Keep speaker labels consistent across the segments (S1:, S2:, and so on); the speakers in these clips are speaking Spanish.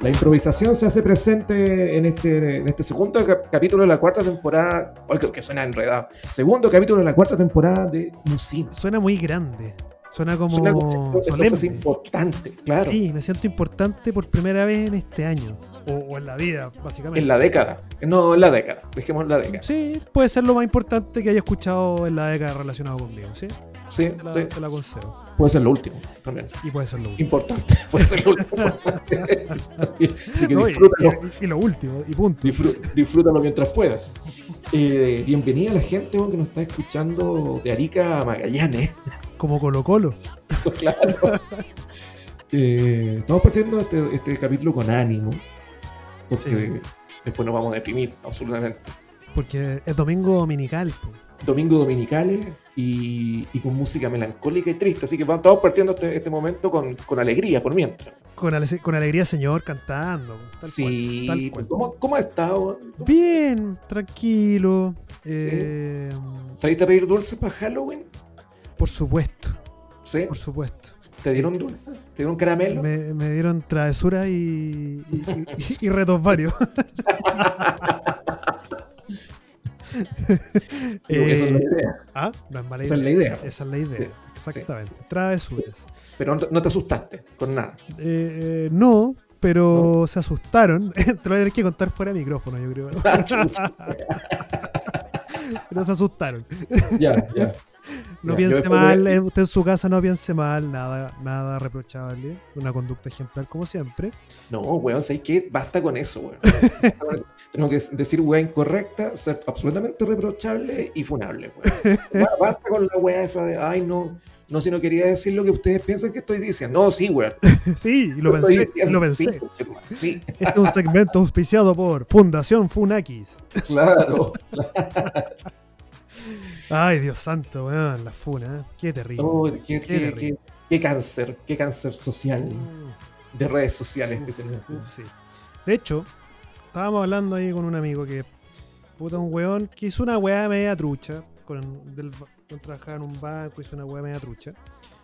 S1: La improvisación se hace presente en este, en este segundo cap- capítulo de la cuarta temporada. Ay, que, que suena enredado. Segundo capítulo de la cuarta temporada de Musin.
S2: Suena muy grande. Suena como
S1: Suena como si
S2: solemne.
S1: fuese importante, claro.
S2: Sí, me siento importante por primera vez en este año. O, o en la vida, básicamente.
S1: En la década. No, en la década. Dejemos la década.
S2: Sí, puede ser lo más importante que haya escuchado en la década relacionado conmigo, ¿sí?
S1: Sí,
S2: Te la,
S1: sí.
S2: te la aconsejo.
S1: Puede ser lo último también.
S2: Y puede ser lo último.
S1: Importante. Puede ser lo último. Así que
S2: No, y-
S1: disfrútalo.
S2: y, y lo último, y punto.
S1: Disfrú- disfrútalo mientras puedas. Eh, bienvenida a la gente weón, que nos está escuchando de Arica a Magallanes.
S2: Como Colo Colo.
S1: claro. Eh, estamos partiendo este, este capítulo con ánimo. Porque después nos vamos a deprimir, absolutamente.
S2: Porque es domingo dominical. po.
S1: Domingo dominicales y, y con música melancólica y triste. Así que vamos- estamos partiendo este, este momento con, con alegría, por mientras.
S2: Con, ale- con alegría, señor, cantando. po. Tal
S1: sí, pues,
S2: cual, tal cual.
S1: ¿Cómo, ¿Cómo has estado? weón?
S2: Bien, tranquilo. eh,
S1: ¿Saliste a pedir dulces para Halloween?
S2: Por supuesto,
S1: ¿Sí?
S2: por supuesto.
S1: ¿Te dieron dulces? ¿Te dieron caramelo?
S2: Me, me dieron travesuras y, y, y- y retos varios.
S1: Digo que esa es la
S2: Eh,
S1: idea.
S2: ah, no es mala
S1: Esa es la
S2: idea.
S1: idea.
S2: Esa es la idea,
S1: Sí,
S2: exactamente. Travesuras.
S1: Pero no te- no te asustaste con nada.
S2: Eh, eh, no, pero se asustaron. Te lo voy a tener que contar fuera de micrófono, yo creo. pero se asustaron.
S1: Ya, ya. Ya,
S2: No
S1: yo
S2: piense
S1: después
S2: mal,
S1: voy a-
S2: eh, usted en su casa no piense mal, nada, nada reprochable, una conducta ejemplar como siempre.
S1: No, weón, ¿sabes qué? Basta con eso, weón. Basta con eso. Tenemos que decir weá incorrecta, ser absolutamente reprochable y funable, weón. Ba- Basta con la weá esa de, ay, no, no, si no quería decir lo que ustedes piensan que estoy diciendo. No, sí, weón.
S2: Sí, y lo
S1: estoy
S2: pensé, y
S1: diciendo,
S2: lo
S1: sí,
S2: pensé.
S1: conchetumare, Sí,
S2: Este es un segmento auspiciado por Fundación Funakis.
S1: claro.
S2: Ay, Dios santo, weón, la funa, ¿eh? qué terrible.
S1: No, qué, qué-
S2: terrible.
S1: qué- qué cáncer, qué cáncer social
S2: Mm,
S1: de redes sociales que tenemos.
S2: uf, sí. De hecho, estábamos hablando ahí con un amigo que, puta, un weón que hizo una weá media trucha, con, del, con- trabajaba en un banco, hizo una weá media trucha.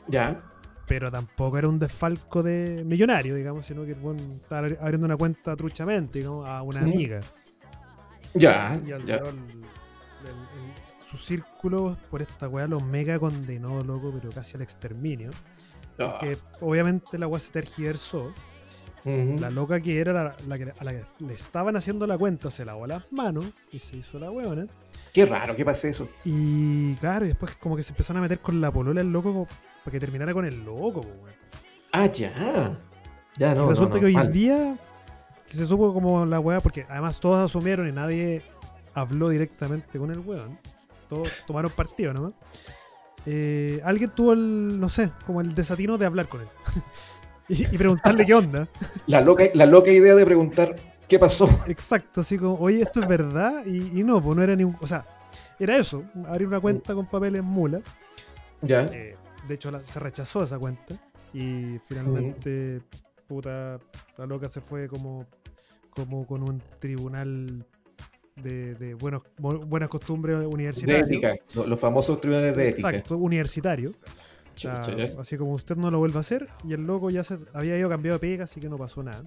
S1: Ya,
S2: pero tampoco era un desfalco de millonario, digamos, sino que el weón estaba abri- abriendo una cuenta truchamente, digamos, a una
S1: Mm.
S2: amiga.
S1: ya,
S2: Y al
S1: ya.
S2: weón, el- el- su círculo por esta weá lo mega condenó, loco, pero casi al exterminio.
S1: Ah,
S2: Que obviamente la weá se tergiversó.
S1: ujú.
S2: La loca que era la, la que, a la que le estaban haciendo la cuenta se lavó las manos y se hizo la weona.
S1: Qué raro, qué pasa eso.
S2: Y claro, y después como que se empezaron a meter con la polola el loco como para que terminara con el loco, po, weón.
S1: Ah, ya. Ya, no.
S2: Y
S1: no,
S2: resulta
S1: no,
S2: que hoy
S1: mal.
S2: en día que se supo como la weá, porque además todos asumieron y nadie habló directamente con el weón. Todos tomaron partido nomás. Eh, alguien tuvo el, no sé, como el desatino de hablar con él. y, y preguntarle qué onda.
S1: La loca, la loca idea de preguntar qué pasó.
S2: Exacto, así como, oye, esto es verdad. Y, y no, pues no era ningún. O sea, era eso, abrir una
S1: Mm.
S2: cuenta con papeles mula.
S1: Ya.
S2: Eh, de hecho, la- se rechazó esa cuenta. Y finalmente, puta, la loca se fue como, como con un tribunal de, de buenos, bu- buenas costumbres
S1: De
S2: universitarios.
S1: ética. lo- Los, famosos tribunales de ética.
S2: Exacto, universitario. O sea,
S1: Chucha, ya.
S2: así como usted no lo vuelva a hacer. Y el loco ya se había ido cambiado de pega, así que no pasó nada.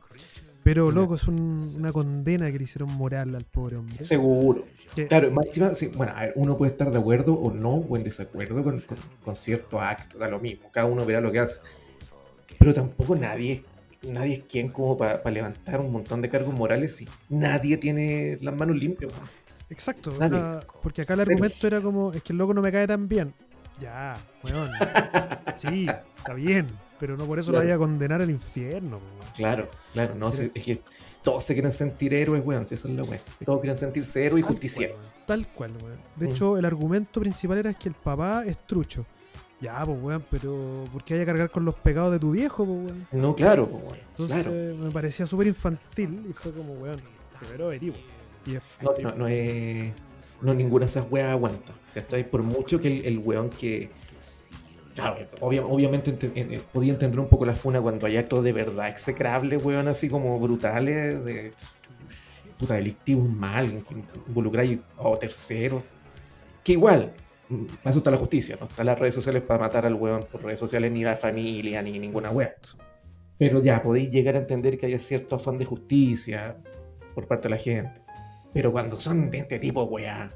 S2: Pero,
S1: Ya.
S2: loco, es un- una condena que le hicieron moral al pobre hombre.
S1: Seguro.
S2: Que-
S1: Claro, más encima, sí, bueno, a ver, uno puede estar de acuerdo o no, o en desacuerdo con, con, con cierto acto, da lo mismo, cada uno verá lo que hace. Pero tampoco nadie, nadie es quien como para levantar un montón de cargos morales y nadie tiene las manos limpias. weón.
S2: Exacto, o
S1: Dale.
S2: sea, porque acá el
S1: Cero.
S2: argumento era como, es que el loco no me cae tan bien. Ya, weón. sí, está bien, pero no por eso lo
S1: Claro.
S2: vaya a condenar al infierno. weón.
S1: Claro, claro, no, sí, es que todos se quieren sentir héroes, weón, si eso es la weón. Todos quieren sentirse héroes y
S2: Tal
S1: justicieros.
S2: cual, Tal cual, weón. De
S1: Mm.
S2: hecho, el argumento principal era que el papá es trucho. Ya, pues, weón, pero ¿por qué hay que cargar con los pecados de tu viejo, pues, weón?
S1: No, claro, pues, weón,
S2: Entonces
S1: claro.
S2: me parecía súper infantil y fue como, weón, primero averigua. Y
S1: No,
S2: después,
S1: no, no es. No, ninguna de esas weas aguanta. ¿Cachai? Por mucho que el, el weón que. Claro, obvia- obviamente ente- en- eh, podía entender un poco la funa cuando hay actos de verdad execrables, weón, así como brutales, de. Puta, delictivos mal, que involucráis a terceros. Que igual, mm, para eso está la justicia, no están las redes sociales para matar al weón por redes sociales, ni la familia, ni ninguna wea. Pero ya, podéis llegar a entender que haya cierto afán de justicia por parte de la gente. Pero cuando son de este tipo, weá.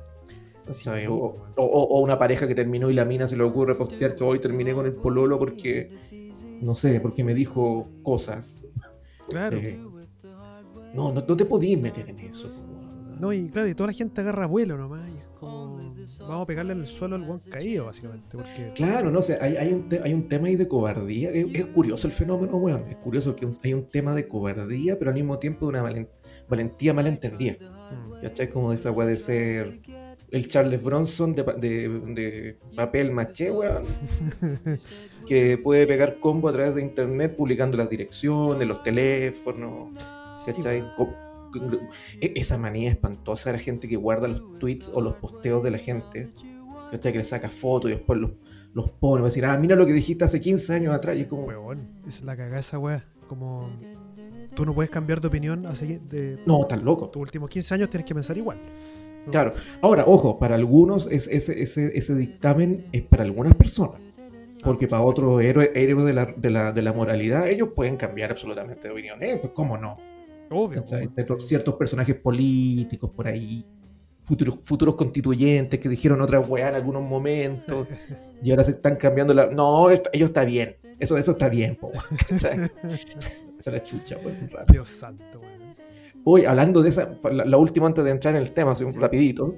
S1: ¿sabes? O, o- o- o una pareja que terminó y la mina se le ocurre postear que hoy terminé con el pololo porque, no sé, porque me dijo cosas.
S2: Claro.
S1: Eh, no, no, no te podís meter en eso. po, weón.
S2: No, y claro, y toda la gente agarra vuelo nomás. Y es como. Vamos a pegarle en el suelo al buen caído, básicamente. Porque.
S1: Claro, no sé, hay, hay un te- hay un tema ahí de cobardía. Es, es curioso el fenómeno, weón. Es curioso que un- hay un tema de cobardía, pero al mismo tiempo de una valen- valentía malentendida.
S2: mm,
S1: ¿Cachai? Como de esa weá de ser el Charles Bronson de, pa- de- de papel maché, weón. que puede pegar combo a través de internet publicando las direcciones, los teléfonos.
S2: sí,
S1: ¿Cachai? Co- e- Esa manía espantosa de la gente que guarda los tweets o los posteos de la gente. ¿Cachai? Que le saca fotos y después los, los pone. Va a decir, ah, mira lo que dijiste hace 15 años atrás. Y es como,
S2: Weón, es la cagada esa weá. Como tú no puedes cambiar de opinión así que de
S1: no, tan loco.
S2: tus últimos 15 años tienes que pensar igual.
S1: Claro. Ahora, ojo, para algunos es- ese, ese, ese dictamen es para algunas personas. Porque para otros héroes héroes de la, de, la, de la moralidad, ellos pueden cambiar absolutamente de opinión. Eh, pues cómo no.
S2: Obvio.
S1: ¿Cachai?
S2: weón.
S1: Ciertos, ciertos personajes políticos por ahí, futuros, futuros constituyentes que dijeron otra weá en algunos momentos y ahora se están cambiando la. No, esto- ellos está bien, eso, eso está bien, po, weón, ¿cachai? Esa es la chucha, weón, un rato.
S2: Dios santo, weón.
S1: Hoy, hablando de esa, la, la última antes de entrar en el tema, así un rapidito.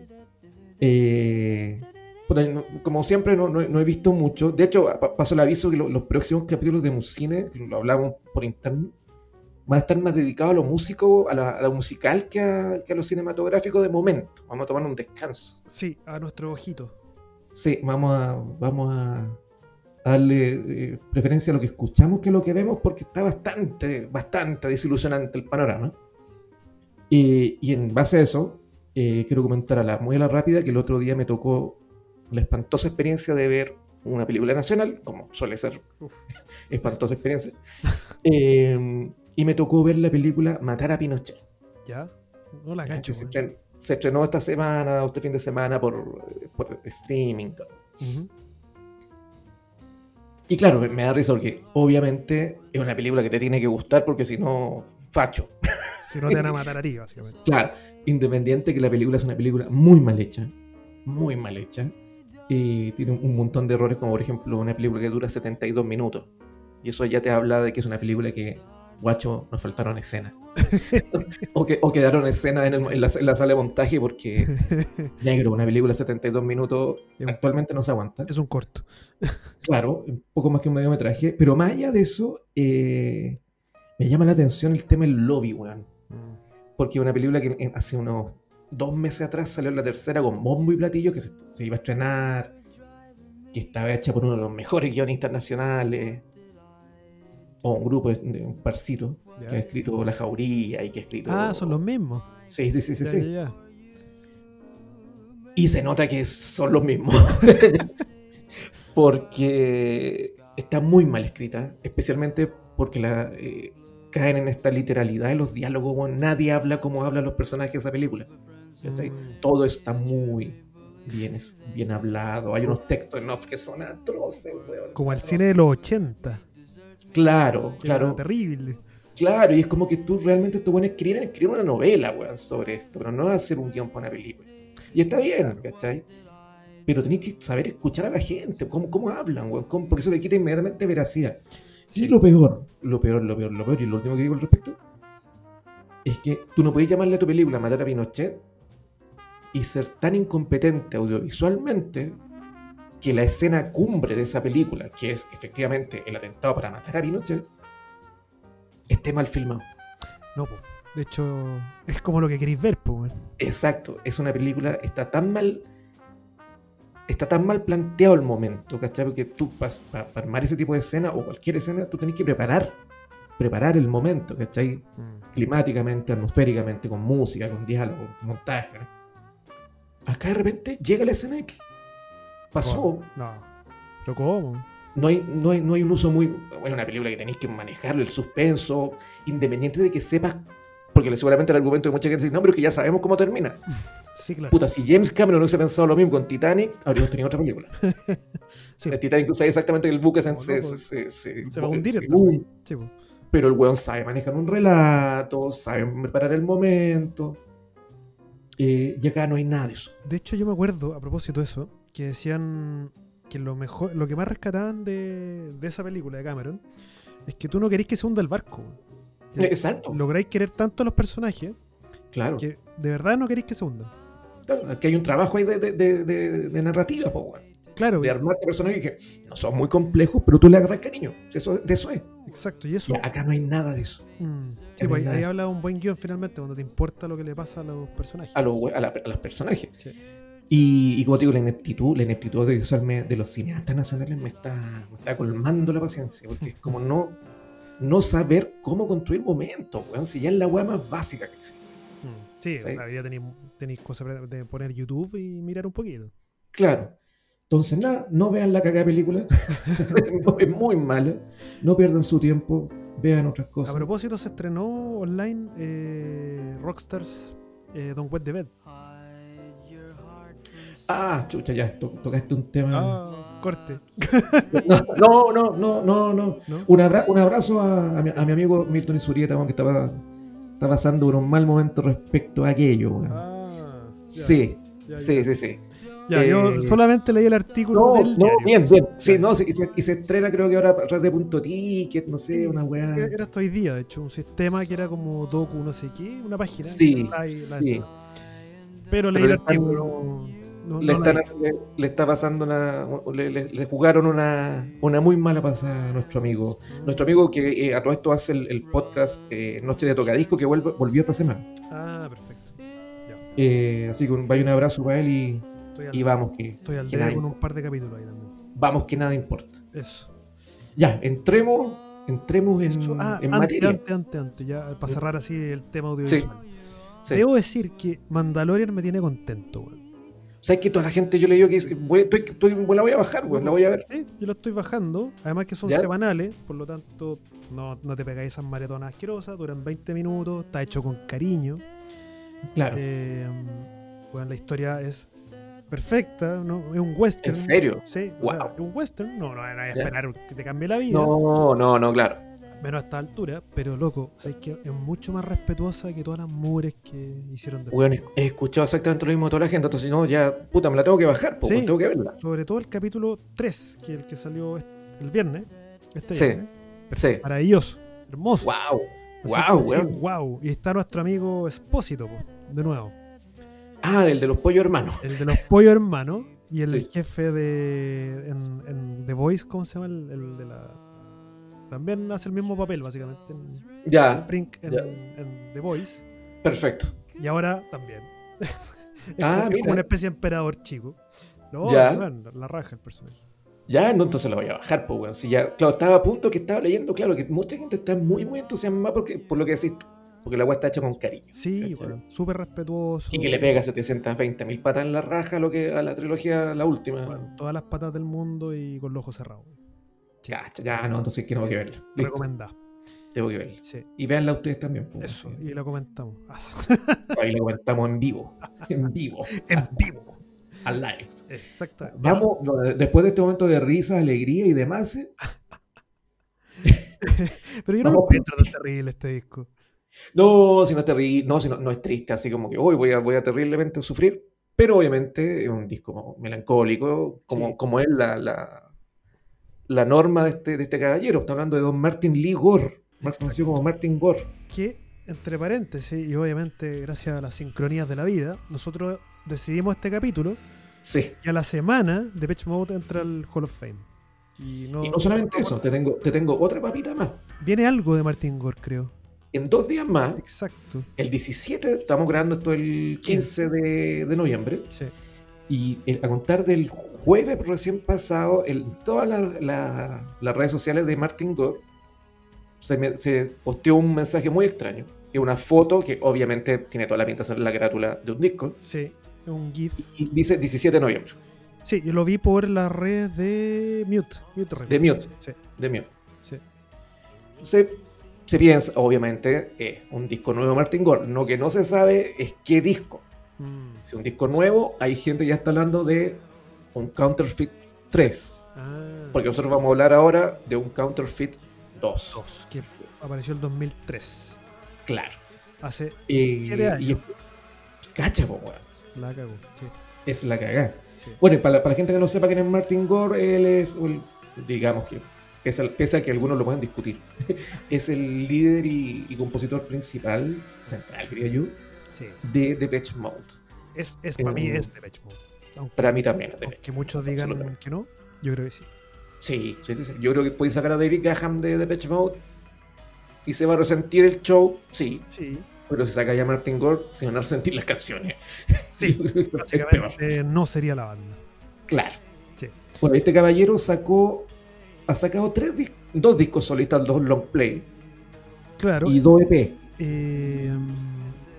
S1: eh, puta, no- como siempre, no, no- no he visto mucho. De hecho, pa- paso el aviso que lo- los próximos capítulos de Muscine, que lo hablamos por interno, van a estar más dedicados a lo músico, a la, a lo musical que a, que a lo cinematográfico de momento. Vamos a tomar un descanso.
S2: Sí, a nuestro ojito.
S1: Sí, vamos a, vamos a darle eh, preferencia a lo que escuchamos que a lo que vemos porque está bastante, bastante desilusionante el panorama. Eh, y en base a eso, eh, quiero comentar a la, muy a la rápida que el otro día me tocó la espantosa experiencia de ver una película nacional, como suele ser
S2: Uf.
S1: espantosa experiencia. Eh, y me tocó ver la película Matar a Pinochet.
S2: ¿Ya? No la
S1: que
S2: gancho,
S1: se,
S2: weón.
S1: estren- se estrenó esta semana, este fin de semana por, por streaming. todo.
S2: Ujú.
S1: Y claro, me, me da risa porque obviamente es una película que te tiene que gustar porque si no, facho.
S2: Si no te van a matar a ti, básicamente.
S1: Claro, independiente que la película es una película muy mal hecha, muy mal hecha, y tiene un, un montón de errores como por ejemplo una película que dura 72 minutos. Y eso ya te habla de que es una película que, guacho, nos faltaron escenas. o, que, o quedaron escenas en, el- en la, en la sala de montaje porque, negro, una película de 72 minutos
S2: Es un-
S1: actualmente no se aguanta.
S2: Es un corto.
S1: Claro, un poco más que un mediometraje. Pero más allá de eso, eh, me llama la atención el tema del lobby, weón.
S2: Mm.
S1: Porque una película que en- hace unos dos meses atrás salió en la tercera con bombo y platillo, que se, se iba a estrenar, que estaba hecha por uno de los mejores guionistas nacionales, o un grupo de, de un parcito,
S2: ¿Ya?
S1: que ha escrito La Jauría y que ha escrito...
S2: Ah, son los mismos.
S1: Sí, sí, sí, sí.
S2: Ya,
S1: sí.
S2: ya, ya.
S1: Y se nota que son los mismos. porque está muy mal escrita, especialmente porque la, eh, caen en esta literalidad de los diálogos. weón. nadie habla como hablan los personajes de esa película. ¿cachai?
S2: Mm.
S1: Todo está muy bien, es- bien hablado. Hay unos textos en off que son atroces. weón,
S2: Como el
S1: atroces.
S2: cine de los 80.
S1: Claro,
S2: que
S1: claro.
S2: era Terrible.
S1: Claro, y es como que tú realmente tú bueno escribir, escribir una novela, weón, sobre esto, pero no hacer un guión para una película. Y está bien, ¿cachai? Pero tenés que saber escuchar a la gente, cómo, cómo hablan, weón, cómo- porque eso le quita inmediatamente veracidad. Sí, lo peor, lo peor, lo peor, lo peor, y lo último que digo al respecto, es que tú no podés llamarle a tu película Matar a Pinochet y ser tan incompetente audiovisualmente que la escena cumbre de esa película, que es efectivamente el atentado para matar a Pinochet, esté mal filmado.
S2: No, po. De hecho, es como lo que queréis ver, po, weón.
S1: Exacto, es una película, está tan mal, está tan mal planteado el momento, ¿cachai? Porque tú, para armar ese tipo de escena o cualquier escena, tú tenés que preparar, preparar el momento, ¿cachai? Climáticamente, atmosféricamente, con música, con diálogo, con montaje. ¿no? Acá de repente llega la escena y pasó.
S2: Bueno, No. ¿Pero cómo?
S1: No hay, no, hay, no hay un uso muy. Es una película que tenéis que manejar el suspenso, independiente de que sepas. Porque seguramente el argumento de mucha gente dice, no, pero es que ya sabemos cómo termina.
S2: Sí, claro.
S1: Puta, si James Cameron hubiese pensado lo mismo con Titanic, habríamos tenido otra película.
S2: Sí.
S1: El Titanic tú sabes exactamente que el buque se,
S2: No, no,
S1: se,
S2: pues,
S1: se- se-
S2: se va a hundir
S1: se
S2: el tamaño. Sí, po.
S1: pero Pero el weón sabe manejar un relato, sabe preparar el momento. Eh, y acá no hay nada de eso.
S2: De hecho, yo me acuerdo, a propósito de eso, que decían que lo mejor, lo que más rescataban de, de esa película de Cameron es que tú no querés que se hunda el barco. Que
S1: Exacto.
S2: Lográis querer tanto a los personajes
S1: Claro.
S2: que de verdad no queréis que se hundan.
S1: Que hay un trabajo ahí de, de- de- de- de narrativa, po, weón.
S2: Claro,
S1: De armarte personajes que no son muy complejos, pero tú le agarras cariño. Eso, de eso es.
S2: exacto. Y eso.
S1: Y acá no hay nada de eso.
S2: mm, sí,
S1: Ya
S2: pues,
S1: no
S2: ahí,
S1: hay
S2: ahí
S1: nada.
S2: habla un buen guión finalmente, cuando te importa lo que le pasa a los personajes.
S1: a los, we- a la- a los personajes.
S2: Sí.
S1: Y, y como te digo, la ineptitud, la ineptitud audiovisual me- de los cineastas nacionales me está, me está colmando la paciencia, porque es como no, no saber cómo construir momentos, weón, si ya es la weá más básica que existe.
S2: Mm, sí,
S1: Sí.
S2: claro, ya tenéis, tenéis cosas para- de poner YouTube y mirar un poquito.
S1: Claro. Entonces, nada, no vean la cagada de película, No, es muy mala, no pierdan su tiempo, vean otras
S2: A
S1: cosas.
S2: propósito, se estrenó online eh, Rockstars eh, Don't Wet the Bed.
S1: Ah, chucha, ya, to- tocaste un tema.
S2: Ah, corte.
S1: No, no, no, no, no.
S2: ¿No?
S1: Un, abra- un abrazo a, a mi, a mi amigo Milton Isurieta, weón, que estaba, está pasando por un mal momento respecto a aquello. weón.
S2: Ah, ya,
S1: sí,
S2: ya,
S1: sí,
S2: ya.
S1: sí, sí.
S2: Ya, yo
S1: Eh,
S2: solamente leí el artículo
S1: No,
S2: del
S1: no,
S2: diario.
S1: bien, bien. Sí,
S2: Ya.
S1: no, sí, y, se, y se estrena creo que ahora a través de punto ticket, no sé, una weá.
S2: Era hasta hoy día, de hecho, un sistema que era como Doku, no sé qué, una página.
S1: Sí,
S2: La- la-
S1: sí.
S2: Pero
S1: Pero
S2: leí
S1: le
S2: el
S1: están-
S2: artículo. no-
S1: Le,
S2: no
S1: están
S2: la-
S1: haci- le, le está pasando una. Le, le- le jugaron una, una muy mala pasada a nuestro amigo. Nuestro amigo que eh, a todo esto hace el, el podcast eh, Noche de Tocadisco, que vuelve, volvió esta semana.
S2: Ah, perfecto.
S1: Eh, así que un, vaya un abrazo para él y,
S2: Estoy al,
S1: y vamos que.
S2: estoy al
S1: que
S2: día
S1: nadie-
S2: con un par de capítulos ahí también.
S1: vamos que nada importa.
S2: Eso.
S1: Ya, entremos, entremos en,
S2: Eso- ah,
S1: en
S2: antes,
S1: materia.
S2: antes, antes, antes, ya para cerrar así el tema audiovisual.
S1: Sí.
S2: Debo decir que Mandalorian me tiene contento, weón.
S1: ¿Sabes que toda la gente yo le digo que es- voy- estoy, estoy- la voy a bajar, güey, la voy a ver?
S2: Sí, yo lo estoy bajando. Además que son
S1: ¿Ya?
S2: semanales, por lo tanto, no, no te pegáis esas maratonas asquerosas. Duran 20 minutos, está hecho con cariño.
S1: Claro.
S2: Eh, bueno, la historia es perfecta, ¿no? Es un western.
S1: ¿En serio?
S2: Sí, o sea,
S1: Wow.
S2: es un western. No, no, no hay que
S1: Ya.
S2: esperar que te cambie la vida,
S1: No,
S2: ¿eh?
S1: no, no, claro.
S2: menos a esta altura, pero loco, sabes que es mucho más respetuosa que todas las mugres que hicieron después.
S1: Güey, he escuchado exactamente lo mismo de toda la gente, entonces no, ya, puta, me la tengo que bajar, porque
S2: Sí.
S1: tengo que verla.
S2: Sobre todo el capítulo 3, que es el que salió est- el viernes. Este
S1: Sí.
S2: viernes.
S1: Sí.
S2: Maravilloso, hermoso.
S1: Wow.
S2: Así
S1: Wow,
S2: que sí,
S1: weón.
S2: wow. Y está nuestro amigo Espósito, po, de nuevo.
S1: Ah, del de los pollos hermanos.
S2: El de los pollos hermanos y el
S1: Sí.
S2: jefe de en, en The Voice, ¿cómo se llama? El, el de la. También hace el mismo papel, básicamente. En,
S1: Ya,
S2: Brink en,
S1: ya.
S2: en The Voice.
S1: perfecto.
S2: Y ahora también. es,
S1: Ah,
S2: como, es como
S1: mira.
S2: una especie de emperador chico. No,
S1: Ya.
S2: weón, la raja el personaje.
S1: Ya, no, entonces la voy a bajar, pues, weón. Si ya, claro, estaba a punto que estaba leyendo, claro, que mucha gente está muy, muy entusiasmada porque, por lo que decís tú, porque la agua está hecha con cariño.
S2: Sí,
S1: ¿Cachai?
S2: weón, súper respetuoso.
S1: Y que le pega 720 mil patas en la raja a lo que, a la trilogía, la última.
S2: weón, todas las patas del mundo y con los ojos cerrados.
S1: Cacha, ya, no, entonces que tengo que verla. Listo,
S2: Recomendada.
S1: tengo que verla.
S2: Sí,
S1: Y véanla ustedes también. pues.
S2: eso. Y la comentamos. Ah,
S1: Ahí la comentamos en vivo. En vivo.
S2: en vivo.
S1: Al live.
S2: Exactamente. Ya.
S1: Vamos, no, después de este momento de risa, alegría y demás, eh,
S2: Pero yo no lo
S1: Vamos.
S2: encuentro tan terrible este disco.
S1: no, si no es terrible, no, si no, no es triste, así como que hoy voy a, voy a terriblemente sufrir. Pero obviamente es un disco melancólico, como,
S2: Sí.
S1: como es la, la, la norma de este, de este caballero. Está hablando de don Martin Lee Gore, más conocido como Martin Gore.
S2: Que, entre paréntesis, y obviamente gracias a las sincronías de la vida, nosotros decidimos este capítulo
S1: Sí.
S2: y a la semana de Pitch Mode entra al Hall of Fame. Y no,
S1: Y no solamente eso, te tengo, te tengo otra papita más.
S2: Viene algo de Martin Gore, creo.
S1: En dos días más,
S2: Exacto.
S1: el 17, estamos grabando esto el 15 de, de noviembre,
S2: Sí.
S1: y el- a contar del jueves recién pasado, en todas la- la- las redes sociales de Martin Gore se, me- se posteó un mensaje muy extraño. Es una foto que obviamente tiene toda la pinta de ser la carátula de un disco,
S2: Sí. Es un GIF.
S1: y dice 17 de noviembre,
S2: Sí, yo lo vi por las redes de Mute. Mute Records.
S1: De Mute.
S2: Sí,
S1: de mío.
S2: sí.
S1: Se, se piensa, obviamente, es un disco nuevo de Martin Gore. Lo que no se sabe es qué disco.
S2: Mm.
S1: Si un disco nuevo, hay gente que ya está hablando de un Counterfeit 3.
S2: Ah.
S1: Porque nosotros vamos a hablar ahora de un Counterfeit Dos.
S2: Dos, que apareció el 2003.
S1: Claro.
S2: Hace.
S1: Eh,
S2: Siete años.
S1: y es- cacha, po, weón.
S2: La cagó. Sí,
S1: Es la cagada.
S2: sí.
S1: Bueno, y para, la- para la gente que no sepa quién es Martin Gore, él es, el- digamos que, pese, al- pese a que algunos lo puedan discutir, es el líder y, y compositor principal, central, diría yo,
S2: sí.
S1: de Depeche Mode.
S2: Es, es, para mí
S1: Eh,
S2: es Depeche Mode. Aunque,
S1: Para mí también es Depeche.
S2: aunque muchos digan
S1: absolutamente.
S2: que no, yo creo que sí.
S1: Sí, sí, sí, sí. Yo creo que puede sacar a David Graham de Depeche Mode y se va a resentir el show, sí,
S2: Sí.
S1: pero si saca ya a Martin Gore, se van a resentir las canciones.
S2: Sí,
S1: Yo creo que va a ser peor.
S2: Básicamente no sería la banda.
S1: Claro.
S2: Sí.
S1: Bueno, este caballero sacó, ha sacado tres dis- dos discos solistas, dos long play
S2: Claro.
S1: y dos E EP.
S2: Eh,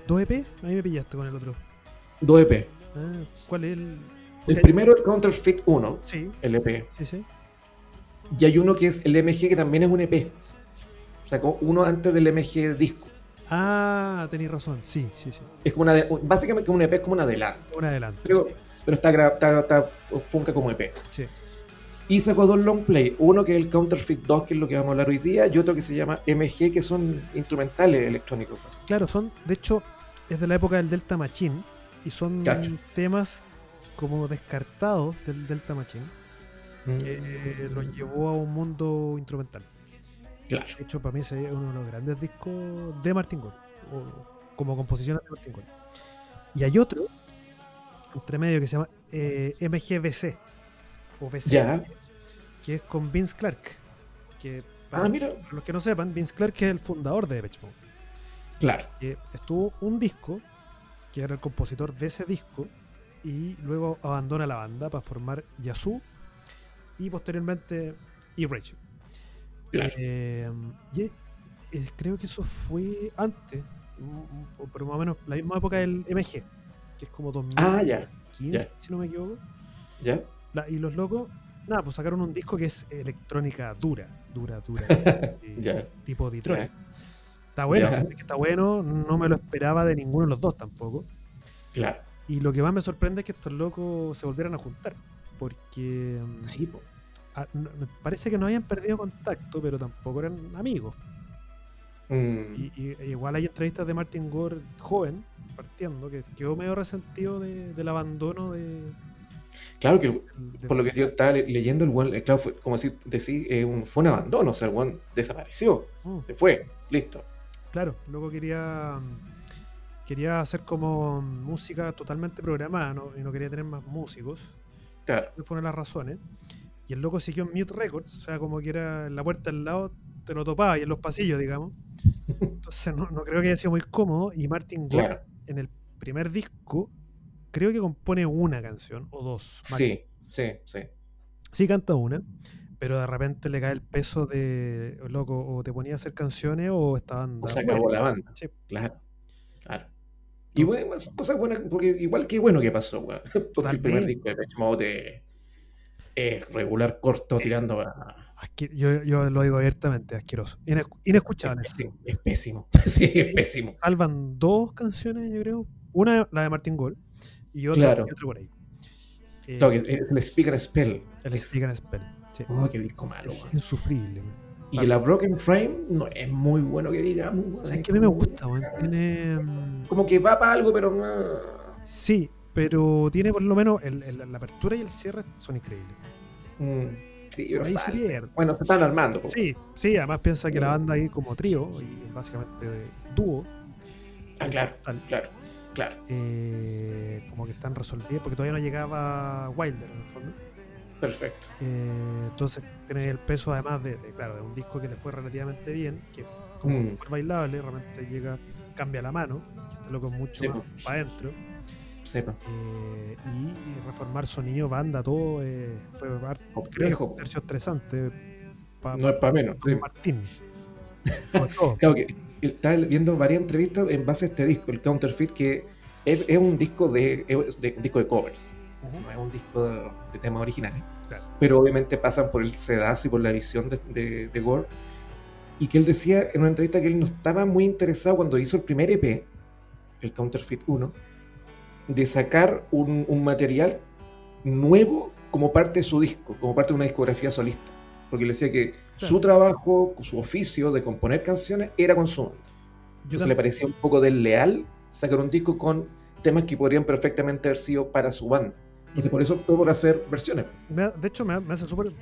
S2: ¿Dos E EP? Ahí me pillaste con el otro.
S1: Dos EP.
S2: Ah, ¿Cuál es el...?
S1: El
S2: Ok.
S1: primero es Counterfeit 1,
S2: Sí,
S1: el EP.
S2: sí, sí.
S1: Y hay uno que es el MG, que también es un EP. Sacó uno antes del MG disco.
S2: Ah, tenéis razón. Sí, sí, sí.
S1: Es como una, de- un- básicamente un EP es como un adelanto.
S2: Un adelanto.
S1: Pero, pero está, gra- está, está fu- funca como EP.
S2: Sí.
S1: Y sacó dos long play. Uno que es el Counterfeit 2, que es lo que vamos a hablar hoy día, y otro que se llama MG, que son instrumentales electrónicos.
S2: Claro, son... De hecho, es de la época del Delta Machine. Y son
S1: Cacho.
S2: temas como descartados del Delta Machine.
S1: Mm, eh,
S2: Que los llevó a un mundo instrumental.
S1: Claro.
S2: De hecho, para mí ese es uno de los grandes discos de Martin Gore, o como composición de Martin Gore. Y hay otro, entre medio, que se llama eh, MGBC, o BC,
S1: Ya.
S2: que es con Vince Clark. Que para,
S1: Ah, mira.
S2: para los que no sepan, Vince Clark es el fundador de Depeche Mode.
S1: Claro.
S2: Que estuvo un disco, que era el compositor de ese disco, y luego abandona la banda para formar Yazoo y posteriormente E-Rage.
S1: Claro.
S2: Eh, y, eh, creo que eso fue antes, mm, o- pero más o menos la misma época del MG, que es como 2015,
S1: Ah, ya. ya.
S2: si no me equivoco.
S1: Ya.
S2: La- y los locos, nada, pues sacaron un disco que es electrónica dura, dura, dura, dura, sí,
S1: Ya.
S2: tipo Detroit. Está bueno,
S1: Ya.
S2: es que está bueno, no me lo esperaba de ninguno de los dos tampoco.
S1: Claro.
S2: Y lo que más me sorprende es que estos locos se volvieran a juntar, porque mm,
S1: Sí, po.
S2: a- no- me parece que no habían perdido contacto, pero tampoco eran amigos.
S1: Mm,
S2: Y, y- e igual hay entrevistas de Martin Gore joven, partiendo, que quedó medio resentido de- del abandono de,
S1: claro que
S2: de-
S1: por lo que yo estaba le- leyendo, el weón, eh, claro, fue, como decir, decir, eh, un, fue un abandono, o sea, el weón desapareció,
S2: Mm,
S1: se fue, listo.
S2: claro, luego quería mm, quería hacer como mm, música totalmente programada ¿no? y no quería tener más músicos.
S1: Claro,
S2: Esas fueron las razones. Y el loco siguió en Mute Records, o sea, como que era en la puerta al lado, te lo topaba y en los pasillos, digamos. Entonces no, no creo que haya sido muy cómodo. Y Martin Gore
S1: claro,
S2: en el primer disco creo que compone una canción o dos. máximo.
S1: sí, sí, sí,
S2: Sí canta una, pero de repente le cae el peso de, loco, o te ponía a hacer canciones o esta
S1: o
S2: banda.
S1: sea,
S2: muere.
S1: acabó la banda,
S2: Sí.
S1: claro, claro. Y bueno, son cosas buenas, porque igual que bueno que pasó, weón, porque el primer
S2: Totalmente.
S1: disco de Depeche Mode es es regular, corto, tirando a...
S2: Asque- yo, yo lo digo abiertamente, asqueroso. Inescu- Inescuchable.
S1: Es pésimo, es pésimo, sí, es pésimo,
S2: Salvan dos canciones, yo creo. Una, la de Martin Gore, y otra,
S1: Claro.
S2: y otra por ahí. Eh,
S1: claro, que es el Speaker Spell,
S2: El Speak and Spell. sí.
S1: oh, qué disco malo,
S2: Es
S1: weón.
S2: insufrible. weón.
S1: Y la Broken Frame no es muy bueno que digamos. weón.
S2: ¿Sabes qué a mí me gusta, weón? Tiene. mm,
S1: Como que va para algo, pero no.
S2: Sí, pero tiene por lo menos el- el- la apertura y el cierre son increíbles.
S1: Mm, sí, pero
S2: Ahí se
S1: falta.
S2: pierde.
S1: Bueno, se están armando. po.
S2: Sí, sí, además piensa que la banda ahí como trío, y básicamente dúo,
S1: Ah, claro,
S2: tal,
S1: claro, claro.
S2: eh, como que están resolvidas, porque todavía no llegaba Wilder en el fondo.
S1: Perfecto.
S2: Eh, entonces tiene el peso además de, de, claro, de un disco que le fue relativamente bien, que como
S1: Mm.
S2: súper bailable, realmente llega, cambia la mano, que este loco es mucho
S1: Sí,
S2: más para adentro.
S1: Sepa.
S2: eh, y, y reformar sonido, banda, todo eh, fue par- creo que fue
S1: Complejo.
S2: un ejercicio estresante para
S1: No es para menos. sí.
S2: Martín. Como todo.
S1: Claro que estaba viendo varias entrevistas en base a este disco, el Counterfeit, que es, es un disco de, es de- un disco de covers. No es un disco de, de temas originales.
S2: Claro.
S1: Pero obviamente pasan por el sedazo y por la visión de, de, de Gore. Y que él decía en una entrevista que él no estaba muy interesado cuando hizo el primer EP, el Counterfeit 1, de sacar un, un material nuevo como parte de su disco, como parte de una discografía solista. Porque le decía que su trabajo, su oficio de componer canciones era con su banda. Entonces le parecía un poco desleal sacar un disco con temas que podrían perfectamente haber sido para su banda. Entonces por eso optó por hacer versiones.
S2: Me ha- de hecho, me, ha- me hace súper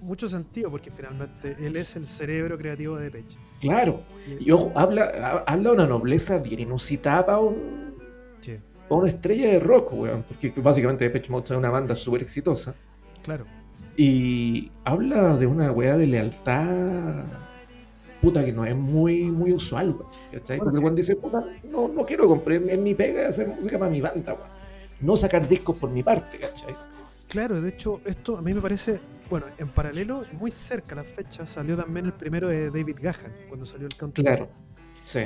S2: mucho sentido porque finalmente él es el cerebro creativo de Depeche.
S1: Claro. Y ojo, habla, ha- habla una nobleza bien inusitada para un,
S2: Sí,
S1: pa' una estrella de rock, weón. Porque básicamente Depeche Mode es una banda súper exitosa.
S2: claro.
S1: Y habla de una weá de lealtad. Puta, que no es muy, muy usual, weón. ¿Cachai? Porque
S2: Bueno,
S1: cuando dice, puta, no, no quiero comprar, es mi pega de hacer música para mi banda, weón. No sacar discos por mi parte, ¿cachai?
S2: Claro, de hecho, esto a mí me parece, bueno, en paralelo, muy cerca a la fecha, salió también el primero de David Gahan, cuando salió el country.
S1: Claro. Sí.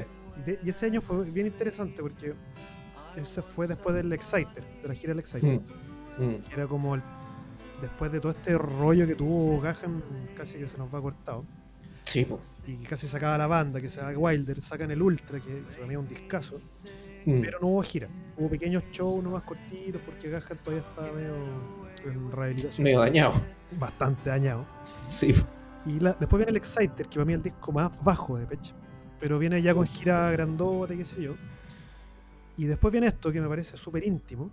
S2: De- y ese año fue bien interesante porque ese fue después del Exciter, de la gira del Exciter.
S1: Mm. Mm.
S2: que era como el- después de todo este rollo que tuvo Gahan, casi que se nos va cortado.
S1: Sí, po.
S2: Y que casi sacaba la banda, que saca Wilder, sacan el Ultra, que que para mí es un discazo.
S1: Mm.
S2: Pero no hubo gira. Hubo pequeños shows nomás cortitos porque Gahan todavía estaba medio en rehabilitación.
S1: Medio dañado.
S2: Bastante dañado.
S1: Sí, po.
S2: Y la- después viene el Exciter, que para mí es el disco más bajo de Peche. Pero viene ya con gira grandota, qué sé yo. Y después viene esto, que me parece súper íntimo.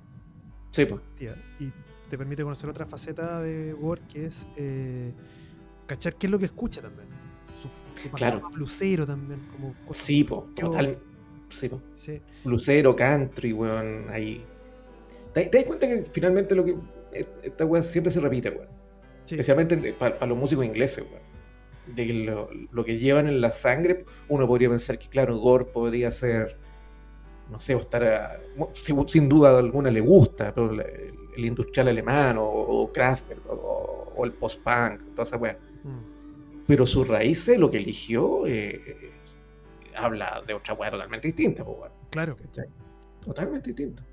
S1: Sí, po.
S2: tía, y te permite conocer otra faceta de Gore que es eh, cachar qué es lo que escucha también. Su, su pasado
S1: Claro.
S2: más blusero también, como cosas-
S1: Pues Sí, po.
S2: Yo-
S1: Total. Sí, po.
S2: sí,
S1: Lucero, country, weón, ahí. ¿Te, te das cuenta que finalmente lo que. e, Esta weá siempre se repite, weón.
S2: sí,
S1: Especialmente para los músicos ingleses, weón. De que lo, lo que llevan en la sangre, uno podría pensar que, claro, Gore podría ser. No sé, o estar. a- mo- si- sin duda alguna le gusta, pero la- el, el industrial alemán, o, o Kraftwerk, o, o el post-punk, toda esa weá.
S2: mm,
S1: Pero sus raíces, lo que eligió, eh, eh, habla de otra weá totalmente distinta, pues, weón.
S2: claro.
S1: ¿Cachai? Totalmente distinto.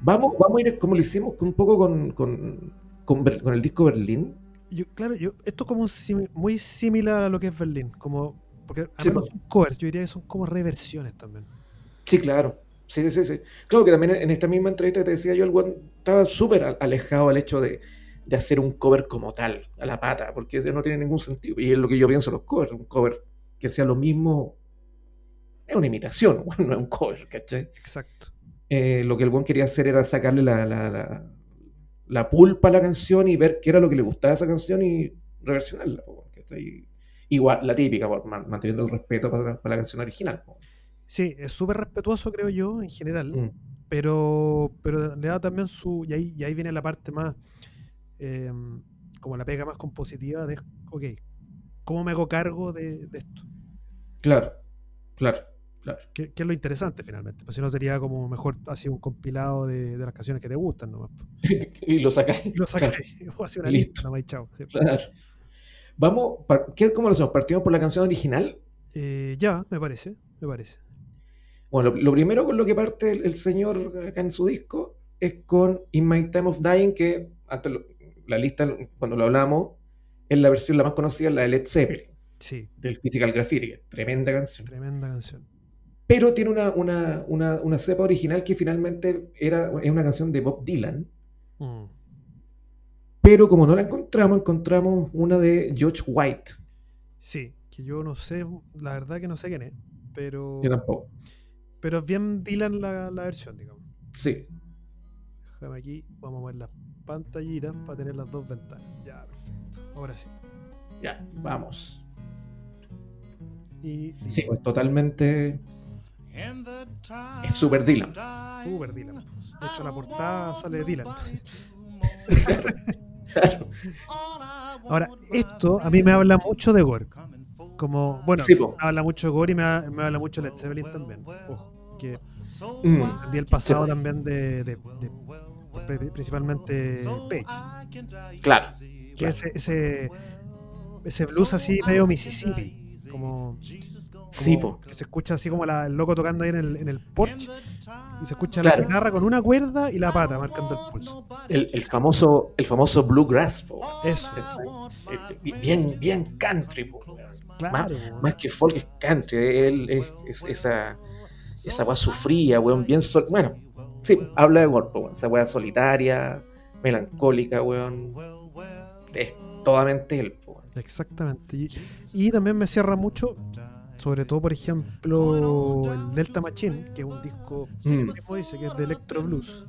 S1: Vamos, vamos a ir como lo hicimos un poco con, con, con Ber- con el disco Berlín.
S2: Yo, claro, yo, esto es como un simi- muy similar a lo que es Berlín, como porque además
S1: Sí,
S2: no
S1: pues.
S2: son covers, yo diría que son como reversiones también.
S1: Sí, claro. Sí, sí, sí, sí. Claro que también en esta misma entrevista que te decía yo, el weón estaba súper a- alejado del hecho de, de hacer un cover como tal, a la pata, porque eso no tiene ningún sentido. Y es lo que yo pienso de los covers, un cover que sea lo mismo. Es una imitación, weón, no es un cover, ¿cachai?
S2: Exacto.
S1: eh, lo que el buen quería hacer era sacarle la, la, la- la pulpa a la canción y ver qué era lo que le gustaba a esa canción y reversionarla. po, weón, ¿cachai? Igual, la típica, po, man- manteniendo el respeto para, la- para la canción original. po.
S2: Sí, es súper respetuoso, creo yo, en general.
S1: Mm,
S2: pero, pero le da también su. Y ahí, y ahí viene la parte más. eh, como la pega más compositiva de. Ok, ¿cómo me hago cargo de, de esto?
S1: Claro, claro, claro.
S2: Que, que es lo interesante finalmente. Pues si no sería como mejor así un compilado de, de las canciones que te gustan nomás. po.
S1: y lo sacáis.
S2: Y lo sacas o así una
S1: Listo.
S2: lista nomás y chao. sí.
S1: Claro, claro. Vamos, par- ¿qué, ¿cómo lo hacemos? ¿Partimos por la canción original?
S2: Eh, ya, me parece, me parece.
S1: Bueno, lo, lo primero con lo que parte el, el señor acá en su disco es con In My Time of Dying, que antes lo- la lista, cuando lo hablamos, es la versión la más conocida, la de Led Zeppelin.
S2: Sí,
S1: del Physical Graffiti, que es tremenda canción.
S2: tremenda canción.
S1: Pero tiene una, una, una, una cepa original que finalmente era, es una canción de Bob Dylan.
S2: Mm,
S1: Pero como no la encontramos, encontramos una de George White.
S2: Sí, que yo no sé, la verdad que no sé quién es, pero,
S1: Yo tampoco.
S2: pero es bien Dylan la, la versión, digamos.
S1: Sí.
S2: Déjame aquí, vamos a mover las pantallitas para tener las dos ventanas. Ya, perfecto. Ahora sí.
S1: Ya, vamos.
S2: Y
S1: Sí, pues totalmente. Es super Dylan.
S2: super Dylan. pues. De hecho, la portada sale de Dylan.
S1: Claro.
S2: Ahora, esto a mí me habla mucho de Gore. Como, bueno,
S1: Sí, po.
S2: me habla mucho de Gore y me, ha- me habla mucho de Led Zeppelin también. Ojo, que
S1: Mm,
S2: entendí el pasado
S1: Sí, po.
S2: también de, de- de- pri- principalmente Page.
S1: Claro.
S2: Que
S1: claro.
S2: ese, ese, ese blues así medio Mississippi. Como
S1: Sí,
S2: como
S1: po.
S2: que se escucha así como la- el loco tocando ahí en el, en el porche y se escucha
S1: Claro.
S2: la guitarra con una cuerda y la pata marcando el pulso.
S1: El, el famoso, el famoso bluegrass, po.
S2: Eso,
S1: ¿cachai? Eh, bi- Bien, bien country, po. weón.
S2: claro.
S1: más que folk es country, él es, es- esa esa weá sufría, weón, bien sol, bueno, sí, habla de golpe, weón, esa weá solitaria, melancólica, weón, es totalmente él, po, weón.
S2: Exactamente. Y, y también me cierra mucho, sobre todo, por ejemplo, el Delta Machine, que es un disco,
S1: Mm.
S2: como dice, que es de electro blues.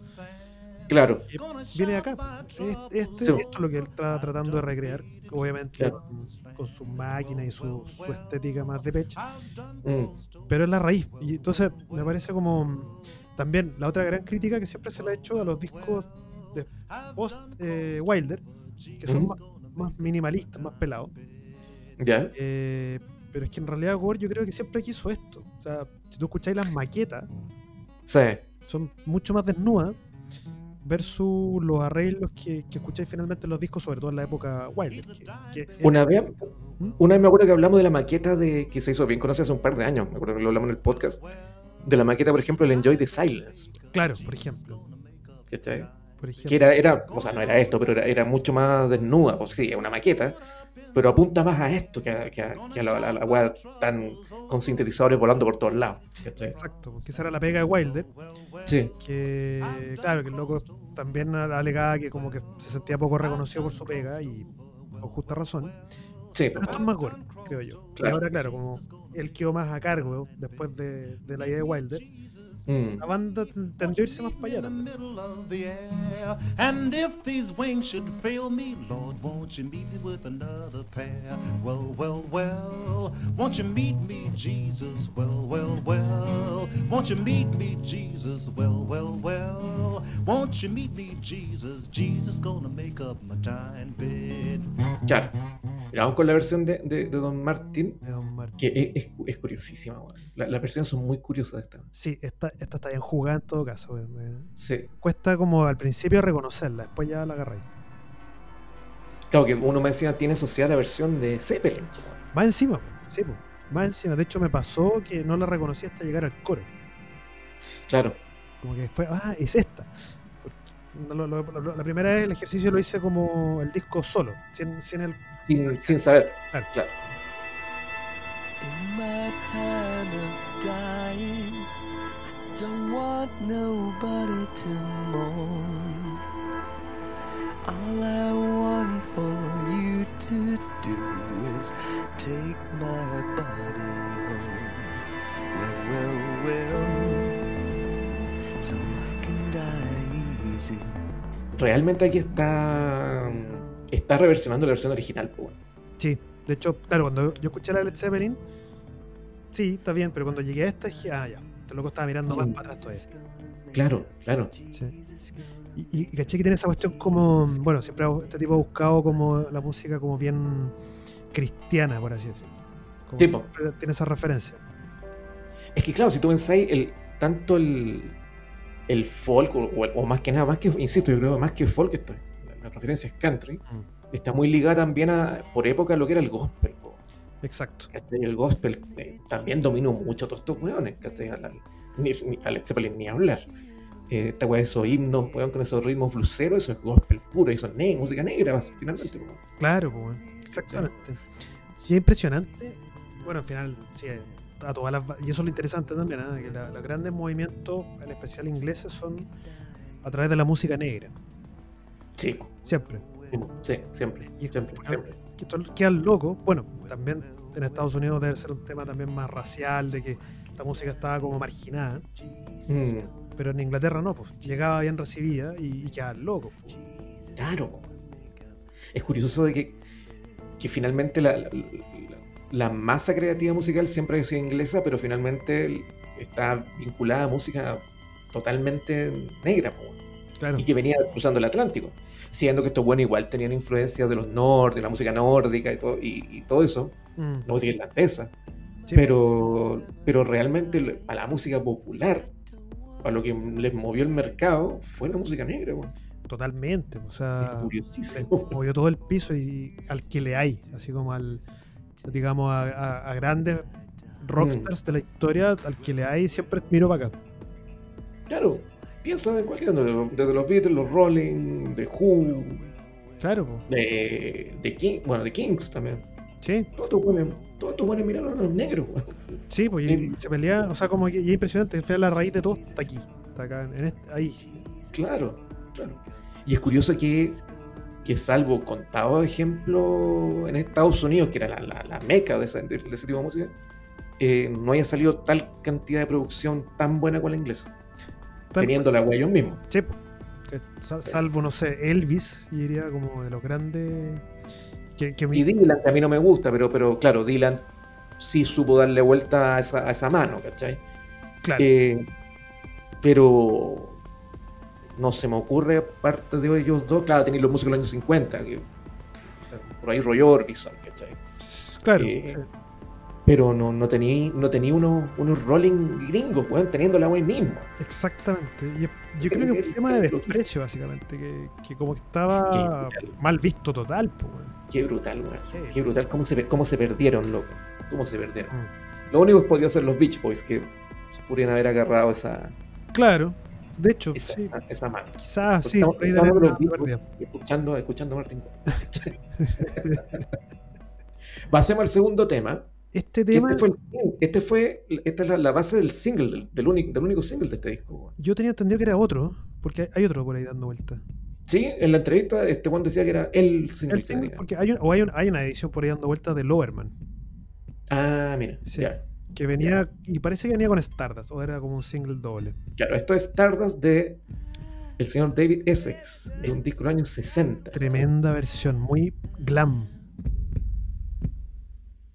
S1: Claro,
S2: que viene de acá. Es- Este,
S1: Sí.
S2: Esto es lo que él está tratando de recrear, obviamente
S1: Claro.
S2: con, con sus máquinas y su, su estética más de pecho,
S1: mm,
S2: pero es la raíz. Y entonces me parece como mm, también la otra gran crítica que siempre se le ha hecho a los discos de post eh, Wilder, que son
S1: Ujú.
S2: más, más minimalistas, más pelados.
S1: ya.
S2: Eh, pero es que en realidad Gore yo creo que siempre quiso esto. O sea, si tú escucháis las maquetas,
S1: Sí,
S2: son mucho más desnudas versus los arreglos que, que escucháis finalmente en los discos, sobre todo en la época Wilder. Que, que-
S1: una vez,
S2: ¿Mm?
S1: una vez me acuerdo que hablamos de la maqueta de que se hizo bien conocida hace un par de años, me acuerdo que lo hablamos en el podcast, de la maqueta, por ejemplo, el Enjoy the Silence,
S2: Claro, por ejemplo.
S1: ¿cachai? Que
S2: Por ejemplo
S1: era, era, o sea, no era esto, pero era, era mucho más desnuda, pues sí, es una maqueta, pero apunta más a esto que a, que a- que a la, la, la weá tan con sintetizadores volando por todos lados, ¿cachai?
S2: Exacto, porque esa era la pega de Wilder,
S1: Sí,
S2: que claro, que el loco también alegaba que como que se sentía poco reconocido por su pega y con justa razón.
S1: sí, pues,
S2: Pero esto es más gore, creo yo. Y
S1: Claro.
S2: ahora, claro, como él quedó más a cargo después de, de la idea de Wilder,
S1: mm,
S2: la banda ten- tendió a irse más para allá
S3: the
S2: también.
S3: middle of the air. And if these wings should fail me, Lord, won't you meet me with another pair? Well, well, well, won't you meet me, Jesus? Well, well, well, won't you meet me, Jesus? Well, well, well, won't you meet me, Jesus? Jesus gonna make up my dying bed.
S1: claro. Mira, vamos con la versión de, de, de Don Martin,
S2: De Don Martín.
S1: que es, es, es curiosísima, weón. La- Las versiones son muy curiosas de esta.
S2: Sí, esta, esta está bien jugada en todo caso. eh, me-
S1: Sí.
S2: Cuesta como al principio reconocerla, después ya la agarré.
S1: Claro, que uno me decía, tiene asociada la versión de Zeppelin.
S2: Más encima, po, sí, po, más encima. De hecho, me pasó que no la reconocí hasta llegar al coro.
S1: Claro.
S2: Como que fue, ah, es esta. Porque no lo- lo- lo- la primera vez el ejercicio lo hice como el disco solo, sin, sin el.
S1: Sin, sin saber.
S2: Claro.
S1: Claro.
S4: In my time of dying, I don't want nobody to mourn. All I want for you to do is take my body home. Well, well, well, so I can die easy.
S1: Realmente aquí está. Está reversionando la versión original, pues, bueno.
S2: Sí, de hecho, claro, cuando yo escuché la de Led Zeppelin, sí, está bien, pero cuando llegué a esta dije, ah, ya, este loco estaba mirando más para atrás todavía.
S1: Claro, claro.
S2: Sí. Y, y- y caché que tiene esa cuestión como, bueno, siempre ha- este tipo ha buscado como la música como bien cristiana, por así decirlo. Como
S1: Tipo.
S2: siempre Tiene esa referencia.
S1: Es que, claro, si tú pensáis, el, tanto el, el folk, o, o- o más que nada, más que, insisto, yo creo más que folk, esto es- la, la referencia es country, está muy ligada también a, por época, a lo que era el gospel. po.
S2: Exacto.
S1: ¿cachai? El gospel eh, también dominó mucho a todos estos weones, ¿cachai? Al, al- ni, ni- a Led Zeppelin ni hablar. Eh, esta weá de esos himnos, weón, con esos ritmos bluseros, eso es gospel puro, eso es ne- música negra, bas- finalmente. weón.
S2: Claro, pues, bueno, exactamente. Y es impresionante. Bueno, al final, sí, a todas las, ba- y eso es lo interesante también, ¿ah? que la- los grandes movimientos, en especial ingleses, son a través de la música negra,
S1: Sí,
S2: siempre.
S1: sí, sí, siempre,
S2: Y es
S1: siempre,
S2: como- ah,
S1: siempre.
S2: que esto queda loco. Bueno, también en Estados Unidos debe ser un tema también más racial, de que esta música estaba como marginada,
S1: Mm,
S2: pero en Inglaterra no, pues llegaba bien recibida y, y quedaba loco. pues.
S1: claro. po. Es curioso de que, que finalmente la, la- la- la masa creativa musical siempre ha sido inglesa, pero finalmente el- está vinculada a música totalmente negra. po, weón.
S2: Claro.
S1: y que venía cruzando el Atlántico. Siendo que estos buenos igual tenían influencias de los norte, de la música nórdica y todo, y, y todo eso,
S2: Mm,
S1: la música irlandesa.
S2: sí,
S1: Pero, pero realmente lo- a la música popular, a lo que les movió el mercado, fue la música negra. weón.
S2: Totalmente. O
S1: Es
S2: sea,
S1: curiosísimo.
S2: movió todo el piso y al que le hay, así como al, digamos, a, a- a grandes rockstars
S1: Mm.
S2: de la historia, al que le hay siempre miro para acá.
S1: Claro, piensa en cualquier desde los Beatles, los Rolling, The Who,
S2: Claro, pues.
S1: de, de King, bueno, de Kings también.
S2: sí.
S1: Todos estos buenos- todos estos buenos miraron a los negros. weón.
S2: Sí, pues y-
S1: Sí.
S2: y se pelea, o sea, como que y es impresionante, al final la raíz de todo está aquí, está acá, en este, ahí.
S1: Claro, claro. Y es curioso que, que salvo contado de ejemplo en Estados Unidos, que era la, la- la meca de, esa- de- de ese tipo de música, eh, no haya salido tal cantidad de producción tan buena con la inglesa,
S2: Tal-
S1: teniendo la wea ellos mismos.
S2: Sí, po. Que sal- salvo, no sé, Elvis, y diría como de los grandes. Que, que mi-
S1: Y Dylan, que a mí no me gusta, pero, pero claro, Dylan sí supo darle vuelta a esa, a esa mano, ¿cachai?
S2: claro,
S1: Eh, pero no se me ocurre, aparte de ellos dos, claro, tenéis los músicos de los años 50, que- por ahí Roy Orbison, ¿cachai?
S2: s- claro.
S1: eh,
S2: sí.
S1: Pero no, no tenía no tenía unos, unos rolling gringos, weón, teniendo la web mismo.
S2: Exactamente. Y es- yo creo que es un tema de desprecio, básicamente, que, que como que estaba
S1: Qué brutal.
S2: mal visto total, po, weón.
S1: Qué brutal, weón.
S2: Sí.
S1: Qué brutal cómo se, pe- cómo se perdieron, loco. Cómo se perdieron.
S2: Mm.
S1: Lo único que podía hacer los Beach Boys, que se pudieran haber agarrado esa,
S2: Claro, de hecho,
S1: esa,
S2: sí,
S1: esa mano.
S2: quizás sí,
S1: Estamos-
S2: por ahí
S1: estamos los
S2: daría una
S1: Beach
S2: pérdida. Este
S1: Boys, escuchando, escuchando a Martin Gore. Pasemos al segundo tema.
S2: Este
S1: que
S2: tema,
S1: Este fue, el sing- este fue esta es la, la base del single, del, del único, del único single de este disco. weón.
S2: yo tenía entendido que era otro, porque hay- hay otro por ahí dando vuelta.
S1: Sí, en la entrevista este Juan decía que era el single.
S2: El
S1: que
S2: single,
S1: tenía.
S2: porque hay, un- o hay, un- hay una edición por ahí dando vuelta de Lowerman,
S1: Ah, mira.
S2: Sí.
S1: Ya.
S2: que venía, y parece que venía con Stardust, o era como un single doble.
S1: Claro, esto es Stardust de el señor David Essex, de un disco del año 60.
S2: Tremenda versión, muy glam.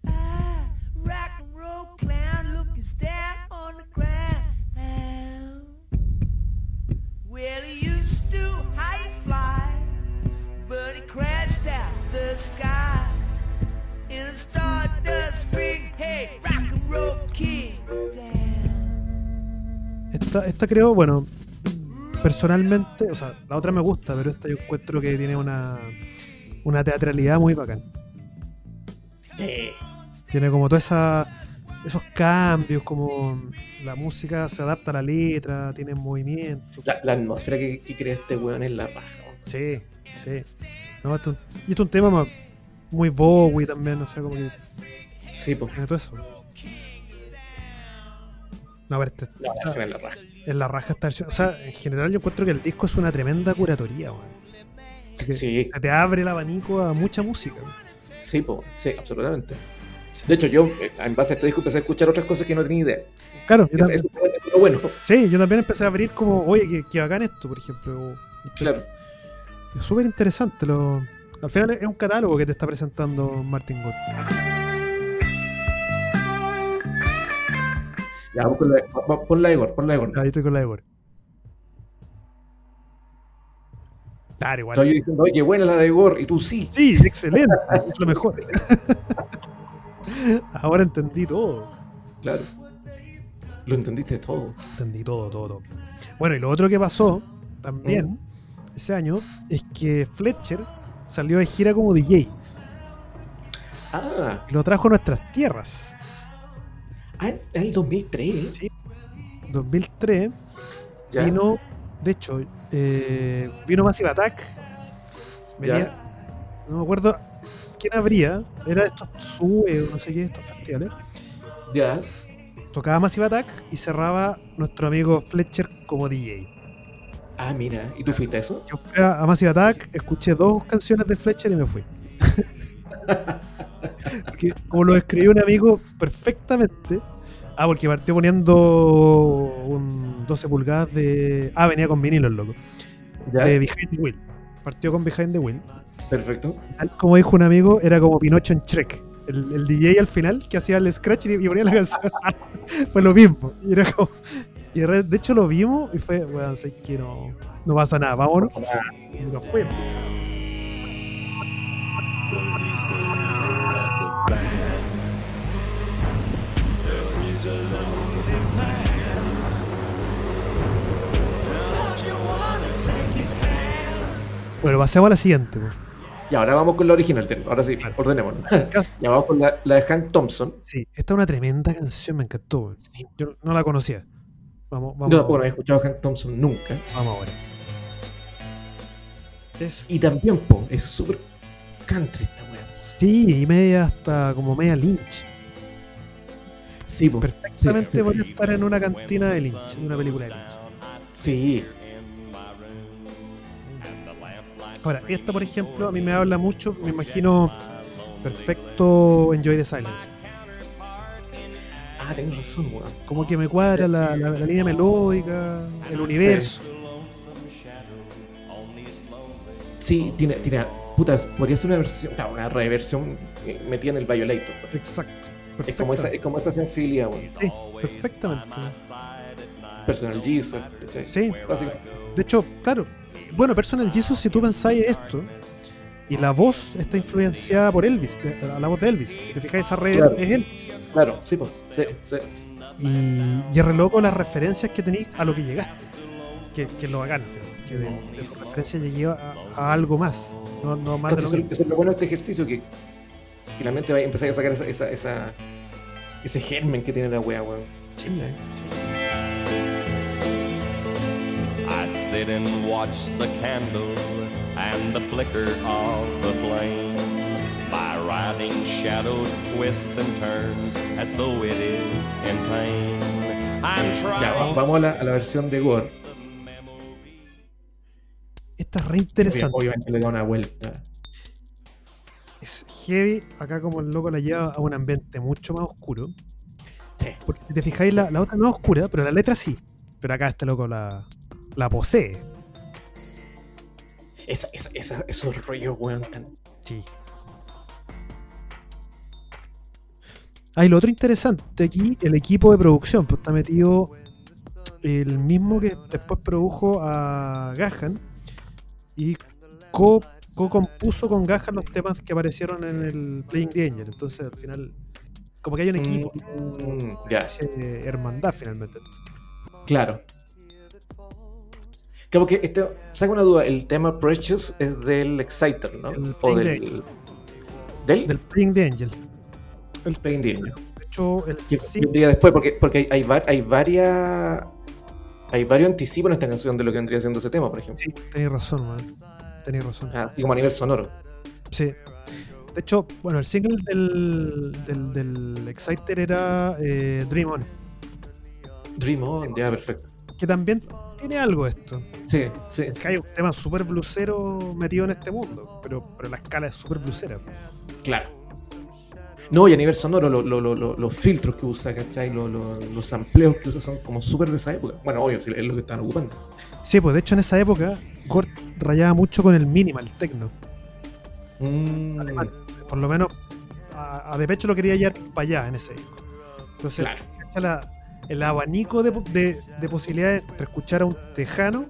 S5: Ah, Rock and roll clown looking down on the ground. Well, he used to high fly, but he crashed out the sky in a stardust spring. Hey, rock and roll kid down.
S2: Esta, esta creo, bueno, personalmente, o sea, la otra me gusta, pero esta yo encuentro que tiene una, una teatralidad muy bacán.
S1: Sí.
S2: Tiene como toda esa esos cambios, como la música se adapta a la letra, tiene movimiento.
S1: La, la atmósfera que, que crea este weón es la paja. weón.
S2: Sí, sí. No, esto- y esto es un tema más- muy Bowie también, o sea, como que
S1: Sí, pues.
S2: tiene todo eso. No, a ver, te-
S1: La
S2: o sea,
S1: versión es la raja.
S2: en la raja esta versión. O sea, en general yo encuentro que el disco es una tremenda curatoría, weón. Porque
S1: Sí,
S2: Te abre el abanico a mucha música. weón.
S1: sí, pues. Sí, absolutamente. De hecho, yo, eh, en base a este disco, empecé a escuchar otras cosas que no tenía idea.
S2: Claro, yo
S1: Eso
S2: también,
S1: eso es lo bueno.
S2: sí, yo también empecé a abrir como, oye, que, que bacán esto, por ejemplo.
S1: Claro.
S2: Es súper interesante. Lo... Al final es un catálogo que te está presentando Martin Gore.
S1: Ya, pon la, pon- pon la de Gore, pon la de Gore.
S2: Ahí estoy con la de Gore. Claro, igual.
S1: Estaba yo diciendo, oye, qué buena la de Gore, y tú sí.
S2: Sí, excelente. es lo mejor. Ahora entendí todo.
S1: Claro. Lo entendiste todo.
S2: Entendí todo, todo, todo. Bueno, y lo otro que pasó también ese año es que Fletcher salió de gira como DJ
S1: Ah,
S2: y lo trajo a nuestras tierras.
S1: ah, es es el 2003.
S2: Sí. 2003
S1: Ya.
S2: vino, de hecho, eh, vino Massive Attack. Venía, no me acuerdo quién habría, era estos sube o no sé qué, estos festivales.
S1: Ya.
S2: Tocaba Massive Attack y cerraba nuestro amigo Fletcher como DJ.
S1: Ah, mira. ¿Y tú fuiste a eso?
S2: Yo fui a, a Massive Attack, escuché dos canciones de Fletcher y me fui. Porque, como lo escribió un amigo perfectamente. Ah, porque partió poniendo un 12 pulgadas de. Ah, venía con vinilo el loco.
S1: Ya.
S2: De Behind the Wheel. Partió con Behind the Wheel.
S1: Perfecto.
S2: Tal como dijo un amigo, era como Pinocho en Trek. El, el DJ al final que hacía el scratch y, y ponía la canción. fue lo mismo. Y era como. Y de re- de hecho lo vimos y fue, weón, sé que no, no pasa nada, vámonos. Y nos fuimos.
S6: Well, he's the leader of the band. Well, he's a lonely man. Now, don't you wanna take his hand?
S2: Bueno, pasemos a la siguiente. po.
S1: Y ahora vamos con la original. ten- Ahora sí, ordenemos. ya vamos con la, la de Hank Thompson.
S2: Sí, esta es una tremenda canción, me encantó. weón.
S1: Sí.
S2: Yo no- no la conocía. Vamos, vamos,
S1: Yo tampoco no había escuchado a Hank Thompson nunca.
S2: vamos ahora. Es,
S1: Y también, po, es súper country esta weá.
S2: sí, y media hasta como media Lynch.
S1: Sí, po.
S2: Exactamente podría estar en una cantina de Lynch, en una película de Lynch.
S1: Sí.
S2: Ahora, esta, por ejemplo, a mí me habla mucho, me imagino perfecto Enjoy the Silence.
S1: Ah, tenés razón, weón.
S2: Como que me cuadra la, la- la línea melódica, el universo. Oh.
S1: Sí, tiene, tiene. Putas, podría ser una versión. Claro, una reversión eh, metida en el Violator. weón.
S2: Exacto.
S1: Es como, esa,
S2: Perfectamente.
S1: es como esa sensibilidad, weón.
S2: Sí, perfectamente.
S1: Personal Jesus. ¿cachai?
S2: Sí.
S1: Básicamente.
S2: De hecho, claro. Bueno, Personal Jesus, si tú pensáis esto, y la voz está influenciada por Elvis, eh, la voz de Elvis. Si te fijáis, esa red
S1: Claro.
S2: es Elvis.
S1: Claro, sí, pues. Sí, sí.
S2: Y, y es re loco las referencias que tenéis a lo que llegaste. Que, que es lo bacán, al final, que de, de tu referencia llegué a, a algo más. No, no más de
S1: Entonces,
S2: lo
S1: eso,
S2: mismo.
S1: eso es lo bueno de este ejercicio que finalmente va a empezar a sacar esa, esa, esa- ese germen que tiene la wea, weón.
S2: Sí, sí.
S7: I sit and watch the candle and the flicker of the flame. My writhing shadow twists and turns as though it is in pain. I'm
S1: Ya, va-
S7: trying.
S1: vamos a la, a la versión de Gore.
S2: Esta es re
S1: Obvia-
S2: interesante.
S1: Obviamente le da una vuelta.
S2: Es heavy. Acá, como el loco la lleva a un ambiente mucho más oscuro.
S1: Sí.
S2: Porque si te fijáis, la, la otra no es oscura, pero la letra sí. Pero acá este loco la, la posee.
S1: Esa, esa, esa, esos rollos, weón, tan.
S2: Sí. Ah, y lo otro interesante aquí, el equipo de producción, pues está metido el mismo que después produjo a Gahan y co- co-compuso con Gahan los temas que aparecieron en el Playing the Angel. Entonces, al final, como que hay un equipo,
S1: Mm, ya,
S2: especie de hermandad finalmente.
S1: claro. Claro que este, saco una duda, el tema Precious es del Exciter, ¿no?
S2: El
S1: o
S2: Pain
S1: del. Del,
S2: Del Playing the Angel.
S1: el Pain Dealer.
S2: De hecho, el
S1: Que
S2: sí,
S1: vendría después, porque, porque hay, hay, va- hay varias. Hay varios anticipos en esta canción de lo que vendría siendo ese tema, por ejemplo.
S2: sí, tenéis razón, man. Tenéis razón.
S1: Así como a nivel sonoro.
S2: Sí. De hecho, bueno, el single del, del, del Exciter era eh, Dream On,
S1: Dream On, ya, perfecto.
S2: que también tiene algo de esto.
S1: Sí, sí.
S2: Que hay un tema súper blusero metido en este mundo, pero, pero la escala es súper blusera.
S1: Claro. No, y a nivel sonoro, lo- lo- lo- lo- los filtros que usa, ¿cachai? Lo- lo- los amplios que usa son como súper de esa época. Bueno, obvio, si es lo que están ocupando.
S2: Sí, pues de hecho en esa época Gort rayaba mucho con el minimal techno.
S1: Mm,
S2: alemán. Por lo menos a, a Depeche lo quería llevar para allá en ese disco. Entonces,
S1: Claro.
S2: cacha la- el abanico de, po- de- de posibilidades para escuchar a un tejano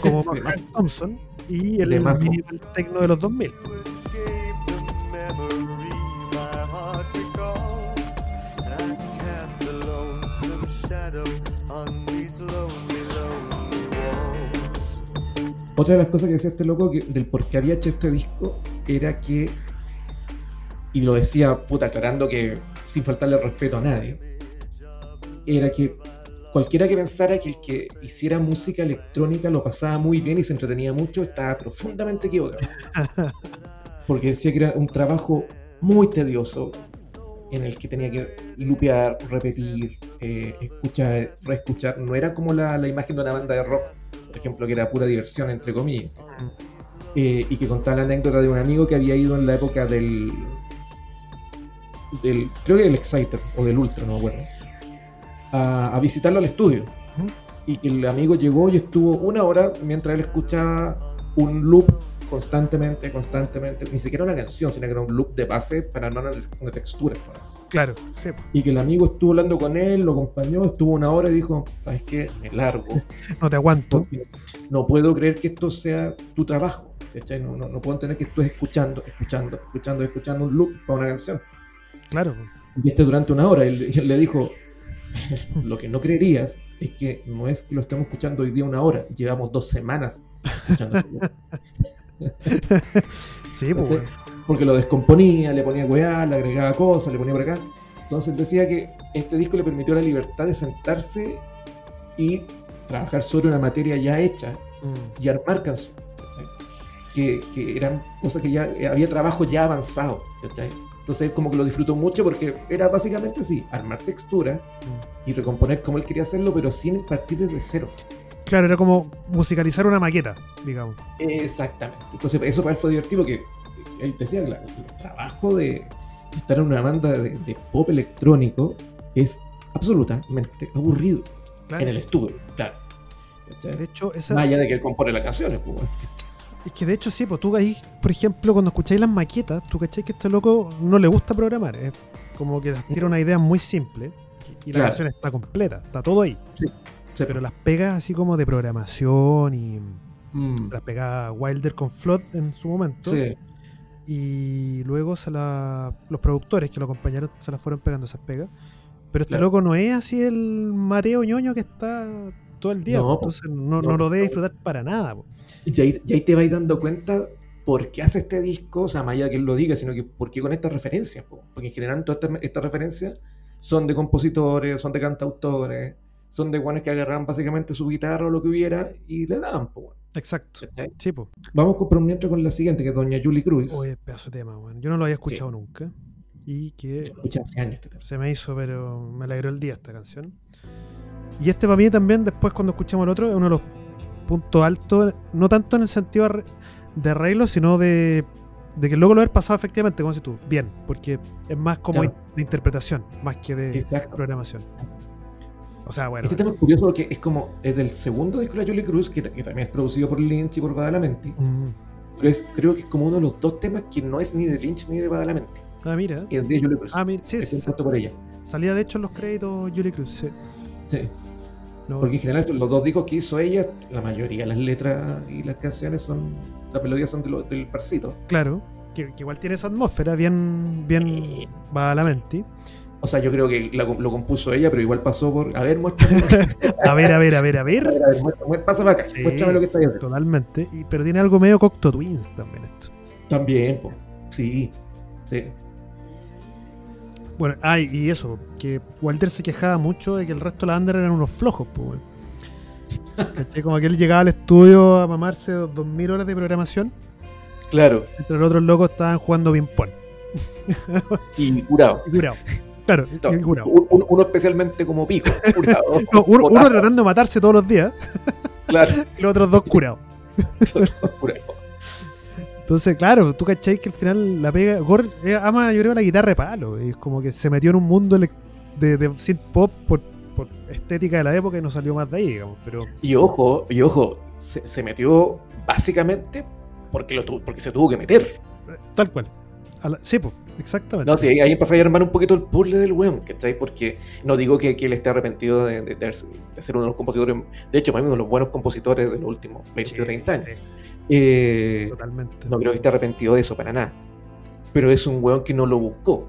S2: como
S1: Sí.
S2: Mark Thompson y el
S1: De más.
S2: minimal techno de los 2000.
S4: escape the memory my heart recalls. And I cast a lonesome shadow on these lonely, lonely walls.
S1: Otra de las cosas que decía este loco que- del por qué había hecho este disco era que, y lo decía puta aclarando que sin faltarle respeto a nadie, era que cualquiera que pensara que el que hiciera música electrónica lo pasaba muy bien y se entretenía mucho estaba profundamente equivocado. Porque decía que era un trabajo muy tedioso en el que tenía que lupear, repetir, eh, escuchar, reescuchar. No era como la, la imagen de una banda de rock por ejemplo, que era pura diversión, entre comillas. Eh, y que contaba la anécdota de un amigo que había ido en la época del. del creo que del Exciter o del Ultra, no me acuerdo. A, a visitarlo al estudio.
S2: Ujú.
S1: Y que el amigo llegó y estuvo una hora mientras él escuchaba un loop constantemente, constantemente. Ni siquiera una canción, sino que era un loop de base para armar una, una textura.
S2: Claro, sí.
S1: Y que el amigo estuvo hablando con él, lo acompañó, estuvo una hora y dijo: ¿Sabes qué? Me largo
S2: No te aguanto.
S1: porque no puedo creer que esto sea tu trabajo. ¿cachai? No, no, no puedo entender que estés escuchando, escuchando, escuchando, escuchando un loop para una canción.
S2: Claro.
S1: Y este durante una hora, él, él le dijo, lo que no creerías es que no es que lo estemos escuchando hoy día una hora, llevamos dos semanas escuchando. este loop".
S2: Sí,
S1: Este-
S2: pues. bueno.
S1: Porque lo descomponía, le ponía weá, le agregaba cosas, le ponía por acá. Entonces decía que este disco le permitió la libertad de sentarse y trabajar sobre una materia ya hecha
S2: Mm.
S1: y armar canciones. ¿cachai? Que, que eran cosas que ya eh, había trabajo ya avanzado. ¿cachai? Entonces como que lo disfrutó mucho porque era básicamente
S2: mm.
S1: así, armar textura y recomponer como él quería hacerlo, pero sin partir desde cero.
S2: Claro, era como musicalizar una maqueta, digamos.
S1: Exactamente. Entonces, eso para él fue divertido porque él decía que la- el trabajo de estar en una banda de, de pop electrónico es absolutamente aburrido
S2: Claro.
S1: en el estudio, claro. ¿Cachai?
S2: De hecho, esa,
S1: Más allá de que él compone las canciones, pues, bueno.
S2: Es que de hecho sí, pues tú ahí, por ejemplo, cuando escucháis las maquetas, tú cacháis que este loco no le gusta programar. Es como que tira una idea muy simple y la
S1: Claro.
S2: canción está completa, está todo ahí.
S1: Sí,
S2: Pero las pegas así como de programación y
S1: mm,
S2: las pegaba Wilder con Flood en su momento.
S1: sí,
S2: Y luego se la, los productores que lo acompañaron se las fueron pegando esas pegas. Pero este
S1: Claro.
S2: loco no es así el Mateo ñoño que está todo el día.
S1: No,
S2: pues, entonces no,
S1: no,
S2: no lo debe
S1: no.
S2: disfrutar para nada. pues.
S1: Y ahí, y ahí te vais dando cuenta por qué hace este disco, o sea, más allá de que él lo diga, sino que por qué con estas referencias, po. porque en general todas estas estas referencias son de compositores, son de cantautores, son de guanes que agarraban básicamente su guitarra o lo que hubiera y le daban. po, weón.
S2: Exacto.
S1: ¿Cachai?
S2: Sí, pues.
S1: Vamos con, por mientras con la siguiente, que es Doña Julie Cruz.
S2: Oye, pedazo de tema, weón. Yo no lo había escuchado nunca. Y que
S1: Escuché hace años este tema.
S2: se me hizo, pero me alegró el día esta canción. Y este para mí también, después cuando escuchamos el otro, es uno de los puntos altos, no tanto en el sentido arre- de arreglo, sino de, de que luego lo haber pasado efectivamente, como si tú, bien, porque es más como
S1: Claro.
S2: in- de interpretación, más que de
S1: Exacto.
S2: programación. O sea, bueno,
S1: Este tema es curioso porque es como, es del segundo disco de la Julie Cruz, que, ta- que también es producido por Lynch y por Badalamenti,
S2: mm,
S1: pero es, creo que es como uno de los dos temas que no es ni de Lynch ni de Badalamenti,
S2: ah, mira.
S1: es de Julie Cruz.
S2: Ah, mira, sí,
S1: es
S2: sí,
S1: compuesto por ella.
S2: salía de hecho en los créditos Julie Cruz. sí.
S1: Sí.
S2: No,
S1: Porque en general son los dos discos que hizo ella, la mayoría de las letras y las canciones son, las melodías son de lo- del parcito.
S2: Claro, que, que igual tiene esa atmósfera bien, bien Badalamenti.
S1: O sea, yo creo que la- lo compuso ella, pero igual pasó por, a ver, muéstrame, a
S2: A ver, a ver, a ver, a ver.
S1: ver, a ver, muéstrame, pasa para acá,
S2: Sí,
S1: muéstrame lo que está ahí adentro.
S2: Totalmente. Y, pero tiene algo medio Cocteau Twins también esto.
S1: También, po. sí, sí,
S2: Bueno, ay, y eso, que Walter se quejaba mucho de que el resto de la banda eran unos flojos, pues, weón. ¿Cachai? Como que él llegaba al estudio a mamarse 2000 horas de programación,
S1: claro,
S2: entre los otros locos estaban jugando ping-pong.
S1: y curado.
S2: Y curado. Claro, y curado.
S1: Un- un- uno especialmente como pico, curado.
S2: No, uno, uno
S1: botado,
S2: tratando de matarse todos los días,
S1: Claro,
S2: y los otros dos curados.
S1: curado.
S2: Entonces, claro, tú cacháis que al final la pega. Gore eh, ama, yo creo, la guitarra de palo. Es como que se metió en un mundo elec- de, de synth pop por, por estética de la época y no salió más de ahí, digamos. Pero
S1: Y ojo, y ojo, se, se metió básicamente porque, lo tu- porque se tuvo que meter.
S2: eh, tal cual. A la- sí, pues, exactamente.
S1: No, sí, ahí- ahí empieza a armar un poquito el puzzle del weón, ¿cachai? Porque no digo que, que él esté arrepentido de, de- de haberse- de ser uno de los compositores, de hecho, para mí uno de los buenos compositores de los últimos 20 o 30 años.
S2: Sí,
S1: Eh,
S2: totalmente.
S1: no creo que esté arrepentido de eso para nada. Pero es un weón que no lo buscó.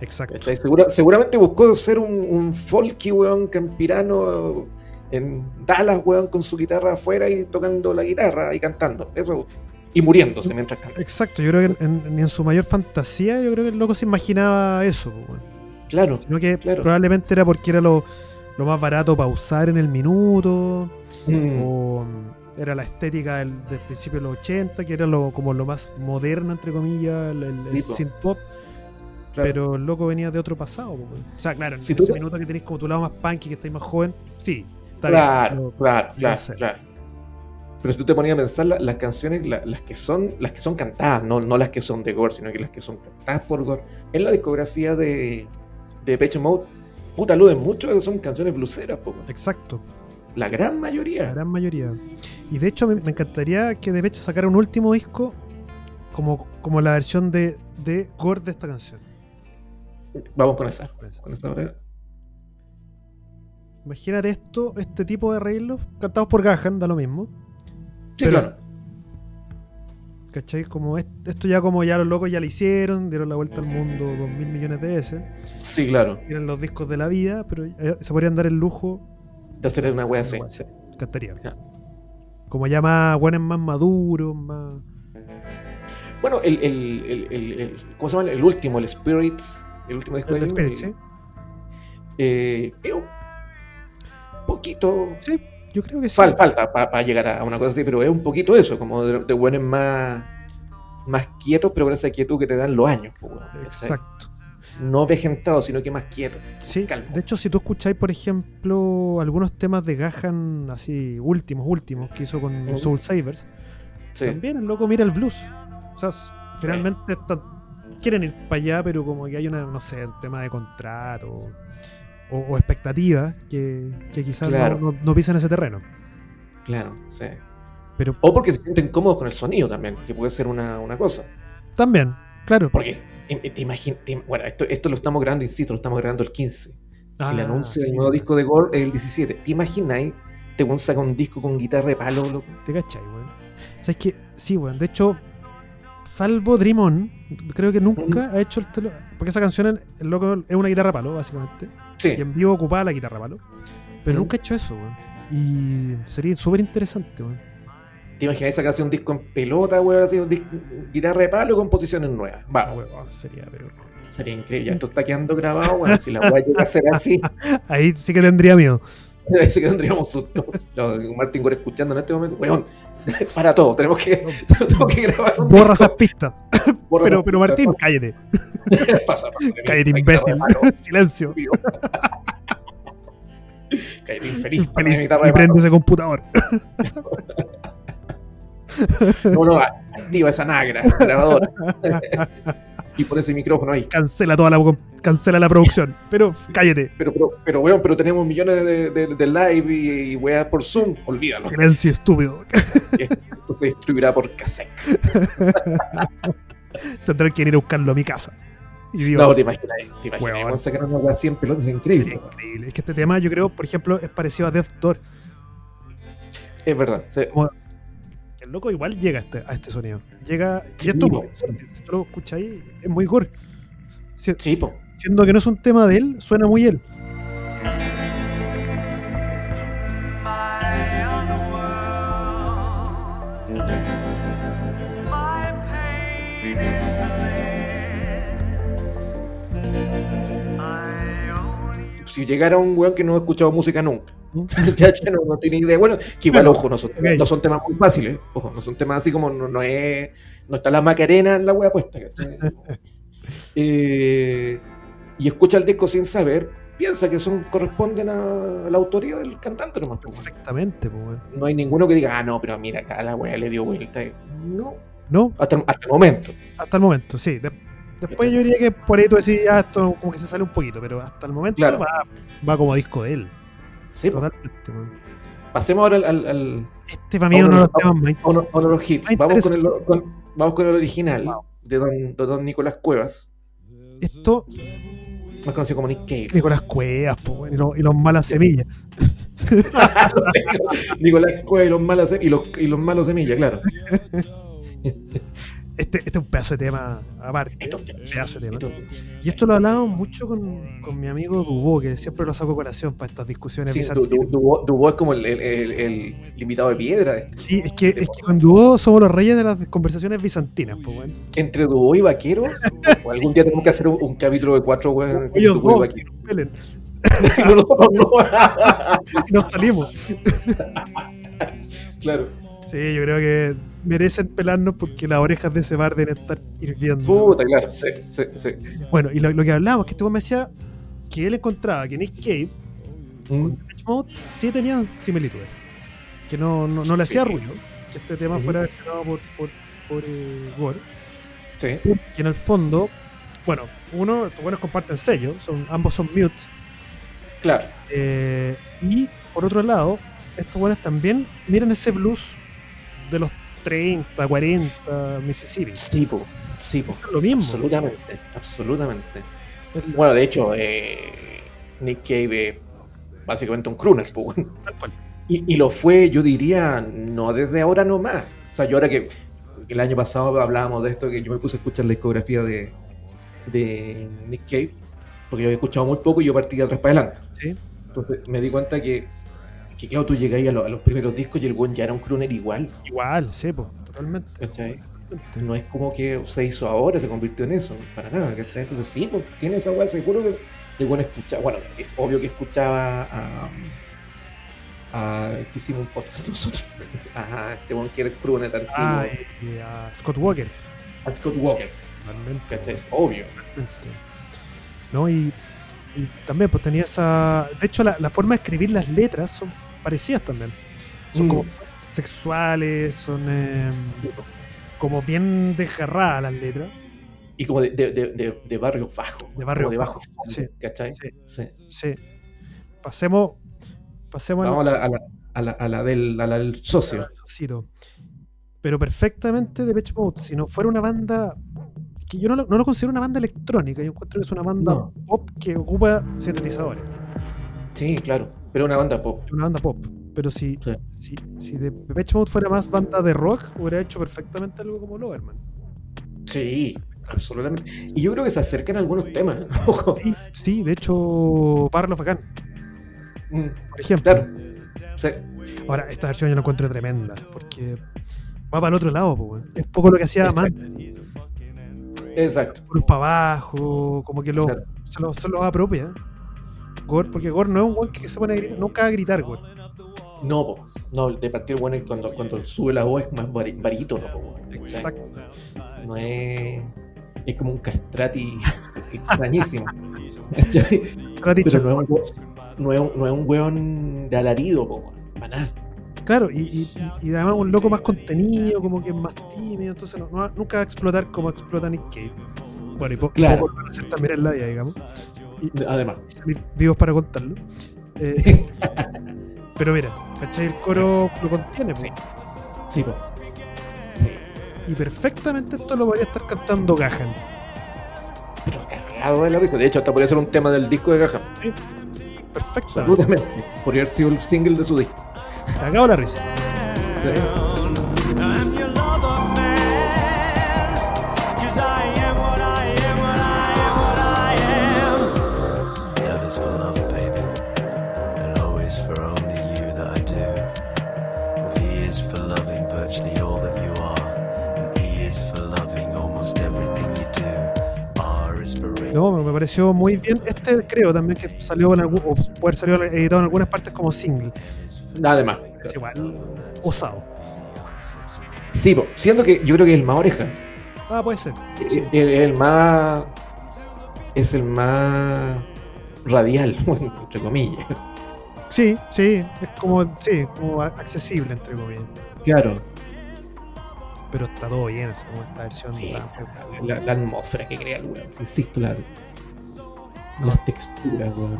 S2: Exacto.
S1: ¿cachai? Segura- seguramente buscó ser un, un folky weón campirano en Dallas, weón, con su guitarra afuera y tocando la guitarra y cantando. Eso. Y muriéndose mientras canta.
S2: Exacto, yo creo que en- en- ni en su mayor fantasía, yo creo que el loco se imaginaba eso, pues, weón.
S1: Claro,
S2: sino que
S1: Claro.
S2: probablemente era porque era lo, lo más barato para usar en el minuto.
S1: Mm,
S2: o mm, era la estética del, del principio de los 80, que era lo, como lo más moderno, entre comillas, el, el, el
S1: Sí, po.
S2: synth pop.
S1: claro.
S2: Pero el loco venía de otro pasado. po, weón. O sea, claro, en
S1: Si tú
S2: ese
S1: te-
S2: minuto que tenés como tu lado más punk y que estáis más joven, sí, está
S1: claro,
S2: bien. pero-
S1: claro,
S2: no
S1: claro,
S2: sé.
S1: claro. Pero si tú te ponías a pensar, la- las canciones, la- las que son, las que son cantadas, no, no las que son de Gore, sino que las que son cantadas por Gore, en la discografía de, de Page Mode, puta luden mucho, son canciones bluseras, po, weón.
S2: Exacto,
S1: la gran
S2: la
S1: mayoría.
S2: gran mayoría. Y de hecho, me, me encantaría que de hecho sacara un último disco como, como la versión de, de Gore de esta canción.
S1: Vamos con esa, con esa ahora.
S2: Imagínate esto, este tipo de arreglos cantados por Gahan, da lo mismo.
S1: Sí,
S2: Pero-
S1: claro.
S2: ¿Cachai? Como est- esto ya como ya los locos ya lo hicieron, dieron la vuelta al mundo dos mil millones de veces,
S1: Sí, claro.
S2: tienen los discos de la vida, pero eh, se podrían dar el lujo,
S1: De hacer una wea así.
S2: Una wea
S1: sí.
S2: cantaría.
S1: Claro.
S2: Como ya más buenos más maduros, más...
S1: Bueno, el, el, el, el- el- ¿cómo se llama? El último, el Spirit, el último disco
S2: El
S1: de
S2: Spirit,
S1: Spirit,
S2: ¿sí?
S1: es un poquito
S2: Sí, yo creo que sí.
S1: Fal- falta para llegar a una cosa así, pero es un poquito eso, como de, de buenos más, más quietos, pero con esa quietud que te dan los años. po, pues, weón, ¿cachai?
S2: Exacto.
S1: no vejentado, sino que más quieto.
S2: Sí,
S1: Calmo.
S2: de hecho, si tú escucháis, por ejemplo, algunos temas de Gahan, así últimos, últimos, que hizo con
S1: Ujú.
S2: Soul Savers,
S1: Sí.
S2: también el loco mira el blues. O sea, s- finalmente están- quieren ir para allá, pero como que hay una, no sé, un tema de contrato o, o expectativas que, que quizás no-
S1: Claro.
S2: no, no pisan ese terreno.
S1: Claro, sí.
S2: Pero
S1: O porque se sienten cómodos con el sonido también, que puede ser una, una cosa.
S2: también, claro.
S1: Porque es- te, te imagin- te- bueno, esto, esto lo estamos grabando, insisto, lo estamos grabando el 15. el
S2: Ah,
S1: anuncio
S2: sí,
S1: del nuevo disco de Gore es el 17. ¿Te imagináis? Te un saca un disco con guitarra de palo, loco.
S2: ¿Te cachai, weón? O sea, es que sí, weón. De hecho, salvo Dream On, creo que nunca ha hecho el telo- Porque esa canción, el- el loco es una guitarra palo, básicamente.
S1: Sí.
S2: Y en vivo ocupaba la guitarra palo. Pero
S1: Mm.
S2: nunca ha hecho eso, weón. Y sería súper interesante, weón.
S1: ¿Te imagináis sacarse un disco en pelota, weón? Así, un disco- guitarra de palo con posiciones nuevas.
S2: Ah,
S1: Vamos,
S2: weón, sería, pero.
S1: sería increíble. Ya esto está quedando grabado, weón. Si la weá llega a ser así,
S2: Ahí sí que tendría miedo.
S1: se que tendríamos susto. No, Martín Gore escuchando en este momento, weón, para todo. Tenemos que, tengo que grabar un
S2: Borra
S1: disco.
S2: esas pistas.
S1: Borra
S2: Pero,
S1: esas
S2: pero
S1: pistas.
S2: Martín, cállate.
S1: Pasa, pasa.
S2: Cállate,
S1: Hay
S2: imbécil.
S1: guitarra de palo.
S2: Silencio.
S1: Cállate infeliz. pasa la
S2: Infeliz.
S1: guitarra de
S2: Y prende ese computador.
S1: palo. No, no, activa esa nagra, grabadora. y pon ese micrófono ahí.
S2: Cancela toda la. Cancela la producción. Pero cállate.
S1: Pero, pero, pero weón, pero tenemos millones de, de- de live y, y weá por Zoom. Olvídalo.
S2: Silencio, estúpido.
S1: Esto se distribuirá por cassette.
S2: tendré que ir a buscarlo a mi casa. Y digo,
S1: No, te imaginas, te imaginas.
S2: Weón.
S1: weón, sacar una weá 100 pelotas, es
S2: sería
S1: increíble.
S2: increíble. Es que este tema, yo creo, por ejemplo, es parecido a Death Door.
S1: Es verdad. sí.
S2: El loco igual llega a este, a este sonido. Llega. Y
S1: Sí,
S2: esto,
S1: po.
S2: si tú lo escuchas ahí, es muy gore. Si-
S1: Sí, po.
S2: Siendo que no es un tema de él, suena muy él.
S5: My other world, my pain is bliss. I only
S1: Si llegara un weón que no ha escuchado música nunca.
S2: ¿Mm?
S1: ¿Cachai? no, no tiene idea. Bueno, que igual,
S2: Bueno,
S1: ojo, no son,
S2: ok.
S1: no son temas muy fáciles. Ojo, no son temas así como no, no es. No está la macarena en la wea puesta. ¿cachai? Eh, y escucha el disco sin saber, piensa que son corresponden a, a la autoría del cantante nomás. po, weón.
S2: Perfectamente, po, weón.
S1: No hay ninguno que diga, ah, no, pero mira, acá la wea le dio vuelta. No,
S2: No,
S1: hasta, hasta el momento.
S2: hasta el momento, sí. De- después yo diría que por ahí tú decís, ah, esto como que se sale un poquito, pero hasta el momento
S1: Claro.
S2: va, va como disco de él.
S1: Sí, po.
S2: Totalmente, weón.
S1: pasemos ahora al- al- al,
S2: Este para mí es uno de los temas más.
S1: a uno, a uno de los hits.
S2: Ah,
S1: Vamos con, el, con- vamos con el original de don, de don Nicolás Cuevas,
S2: Esto,
S1: más conocido como Nick Cave.
S2: Nicolás Cuevas, po, weón, y, los, y los malas semillas.
S1: Nicolás Cuevas y los malos, sem- y los, y los malos semillas, claro.
S2: Este, este es un pedazo de tema aparte.
S1: Esto-
S2: pedazo de tema.
S1: esto-
S2: Y esto lo he hablado mucho con, con mi amigo Dubó, que siempre lo saco a colación para estas discusiones.
S1: sí, Du-
S2: bizarras.
S1: Du- Dubó Dubó es como el, el, el- el invitado de piedra. de este.
S2: Y es que, es que con Dubó somos los reyes de las conversaciones bizantinas, pues, weón.
S1: Entre Dubó y Vaquero, o algún día tenemos que hacer un, un capítulo de cuatro weón, con
S2: Ellos
S1: Dubó y
S2: dos
S1: Vaquero.
S2: nos pelen,
S1: No, nosotros no.
S2: y nos salimos.
S1: claro.
S2: Sí, yo creo que merecen pelarnos porque las orejas de ese bar deben estar hirviendo.
S1: Puta, claro. Sí, sí, sí.
S2: Bueno, y lo, lo que hablábamos, que este weón me decía que él encontraba que Nick Cave
S1: Mm,
S2: Depeche Mode sí tenían similitudes. Que no, no, no le hacía
S1: Sí.
S2: ruido que este tema
S1: Ujú.
S2: fuera versionado por, por, por eh, Gore.
S1: sí.
S2: Que en el fondo, bueno, uno, los buenos comparten sello, son, ambos son mute.
S1: Claro.
S2: eh, y por otro lado, estos buenos también miran ese blues de los 30, 40, Mississippi. Es
S1: Sí, po. Sí, po.
S2: lo mismo.
S1: Absolutamente, absolutamente.
S2: El-
S1: Bueno, de hecho, eh, Nick Cave es básicamente un crooner, po, weón. y, y lo fue, yo diría, no desde ahora nomás. O sea, yo ahora que el año pasado hablábamos de esto, que yo me puse a escuchar la discografía de, de Nick Cave, porque yo había escuchado muy poco y yo partí de atrás para adelante.
S2: Sí.
S1: Entonces me di cuenta que, que claro, tú llegáis a, lo- a los primeros discos y el buen ya era un crooner igual.
S2: Igual, sí, po, totalmente.
S1: ¿cachai? No es como que se hizo ahora, se convirtió en eso, para nada, ¿cachai? Entonces sí, pues, tiene esa weá, seguro que el bueno escuchaba, bueno, es obvio que escuchaba a, a que hicimos un podcast nosotros, a este buen que era el crooner antiguo,
S2: Ah, eh. y- y a Scott Walker.
S1: a Scott Walker,
S2: Totalmente.
S1: ¿cachai? Es obvio.
S2: Exactamente. ¿no? Y, y también, pues tenía esa. De hecho, la, la forma de escribir las letras son parecidas también. Son
S1: Mm.
S2: como sexuales, son eh, como bien desgarradas las letras.
S1: Y como de, de, de, de, de barrio bajo.
S2: De barrio
S1: como de bajo.
S2: bajo, sí.
S1: ¿Cachai?
S2: Sí.
S1: Sí.
S2: Sí. Pasemos. Pasemos
S1: Vamos a la, a la, a la, a la del, a la del socio.
S2: Cito. Pero perfectamente de Pitch Mode. Si no fuera una banda. Que yo no lo, no lo considero una banda electrónica. Yo encuentro que es una banda
S1: No.
S2: pop que ocupa sintetizadores.
S1: Sí, claro. Pero una banda pop.
S2: Es una banda pop. Pero si,
S1: Sí.
S2: si, si The Depeche Mode fuera más banda de rock, hubiera hecho perfectamente algo como Loverman.
S1: Sí, absolutamente. Y yo creo que se acercan algunos temas. Ojo.
S2: Sí, sí, de hecho, Barlo Facán,
S1: Mm,
S2: por ejemplo.
S1: Claro. Sí.
S2: Ahora, esta versión yo la encuentro tremenda. Porque va para el otro lado, po, weón. Es poco lo que hacía
S1: Exacto.
S2: más
S1: Exacto.
S2: por para abajo, como que lo,
S1: Claro.
S2: se los se lo apropia. Gore, porque Gore no es un weón que se pone a gritar, nunca va a gritar, Gore.
S1: No, po. no, de partir bueno es cuando, cuando sube la voz es más vari- barítono. po.
S2: Exacto.
S1: No es. Es como un castrati extrañísimo. ¿Cachai?
S2: Ahora dicho,
S1: Pero no es un, hue- no es un, no es un weón de alarido, po, para nada.
S2: Claro, y, y- y- y además un loco más contenido, como que es más tímido, entonces no, no va- nunca va a explotar como explota Nick Cave. Bueno, y po-
S1: Claro.
S2: poco van a hacer también en la vida, digamos.
S1: Además,
S2: Y salir vivos para contarlo. Eh, pero mira, ¿cachai? El coro lo contiene, po.
S1: Sí. sí, po. Sí,
S2: y perfectamente esto lo podría estar cantando Gahan.
S1: pero cagado de la risa. De hecho, hasta podría ser un tema del disco de
S2: Ah.
S1: Gaja.
S2: Perfectamente.
S1: Absolutamente. Podría haber sido el single de su disco.
S2: Cagado la risa. Sí.
S8: I'm your lover man. 'Cause I am what I am, what I am, what I am.
S4: Love is for love, baby, and always for only you that I do. V is for loving virtually all that you are, and E is for loving almost everything you do. R is for ring.
S2: No, me me pareció muy bien. Este creo también que salió en algún, o puede haber salido editado en algunas partes como single.
S1: Además.
S2: Es igual, osado.
S1: Sí, po. siendo que yo creo que es el más oreja.
S2: Ah, puede ser.
S1: Es es el, más. Es el más. radial, bueno, entre comillas.
S2: Sí, sí, es como, sí, como a- accesible, entre comillas.
S1: Claro.
S2: Pero está todo bien, o sea, como esta versión.
S1: Sí.
S2: está-
S1: La, la atmósfera que crea el weón. Insisto, la, las texturas, weón.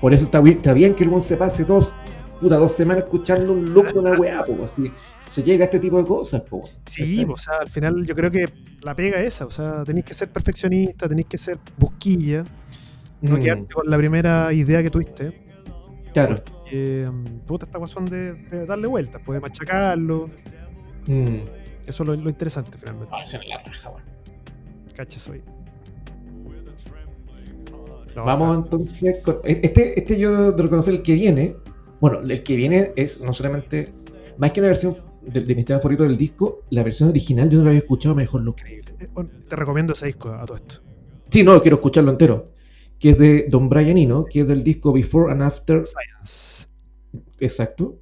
S1: Por eso está bien, está bien que el weón se pase dos, puta, dos semanas escuchando un loop de una weá, po. Así, se llega a este tipo de cosas, po.
S2: Sí, o sea, al final yo creo que la pega es esa. O sea, tenéis que ser perfeccionista, tenéis que ser busquilla, no
S1: Mm,
S2: quedarte con la primera idea que tuviste.
S1: Claro.
S2: Eh, puta, esta guasón de, de darle vueltas, puede machacarlo.
S1: Mm.
S2: Eso es lo, lo interesante finalmente.
S1: Ah, se me la raja, weón.
S2: Cacha soy. No,
S1: Vamos entonces con. Este, este yo de reconocer el que viene. Bueno, el que viene es no solamente. Más que una versión de, de mi tema favorito del disco, la versión original yo no la había escuchado mejor nunca.
S2: está- eh, bueno, Te recomiendo ese disco a todo esto.
S1: Sí, no, quiero escucharlo entero. Que es de Don Brian Eno, que es del disco Before and After
S2: Science.
S1: Exacto.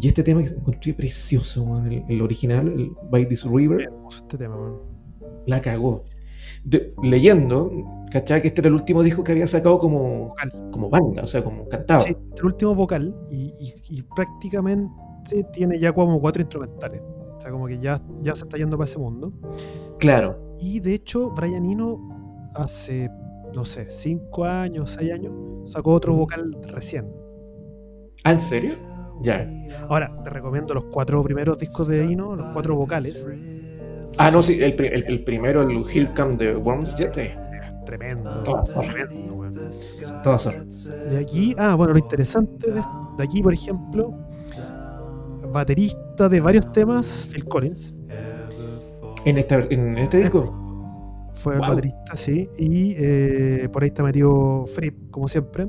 S1: Y este tema que encontré precioso, weón, el, el original, el By This River,
S2: Hermoso este tema, weón.
S1: la cagó. De- leyendo, ¿cachai? Que este era el último disco que había sacado como,
S2: Vocal.
S1: como banda, o sea, como cantado.
S2: Sí, el último vocal y, y- y prácticamente tiene ya como cuatro instrumentales. O sea, como que ya, ya se está yendo para ese mundo.
S1: Claro.
S2: Y de hecho, Brian Eno hace, no sé, cinco años, seis años, sacó otro vocal recién.
S1: ¿Ah, en serio? Ya.
S2: Ahora, te recomiendo los cuatro primeros discos de Eno, los cuatro vocales.
S1: Ah, no, sí, el, pri- el- el primero, el Here Come the Worms, ya te.
S2: Tremendo,
S1: Todas horas,
S2: tremendo, weón.
S1: todas horas.
S2: De aquí, ah, bueno, lo interesante de, de aquí, por ejemplo, baterista de varios temas, Phil Collins,
S1: ¿En, esta- en este disco?
S2: fue
S1: Wow.
S2: el baterista, sí, y eh, por ahí está metido Fripp, como siempre,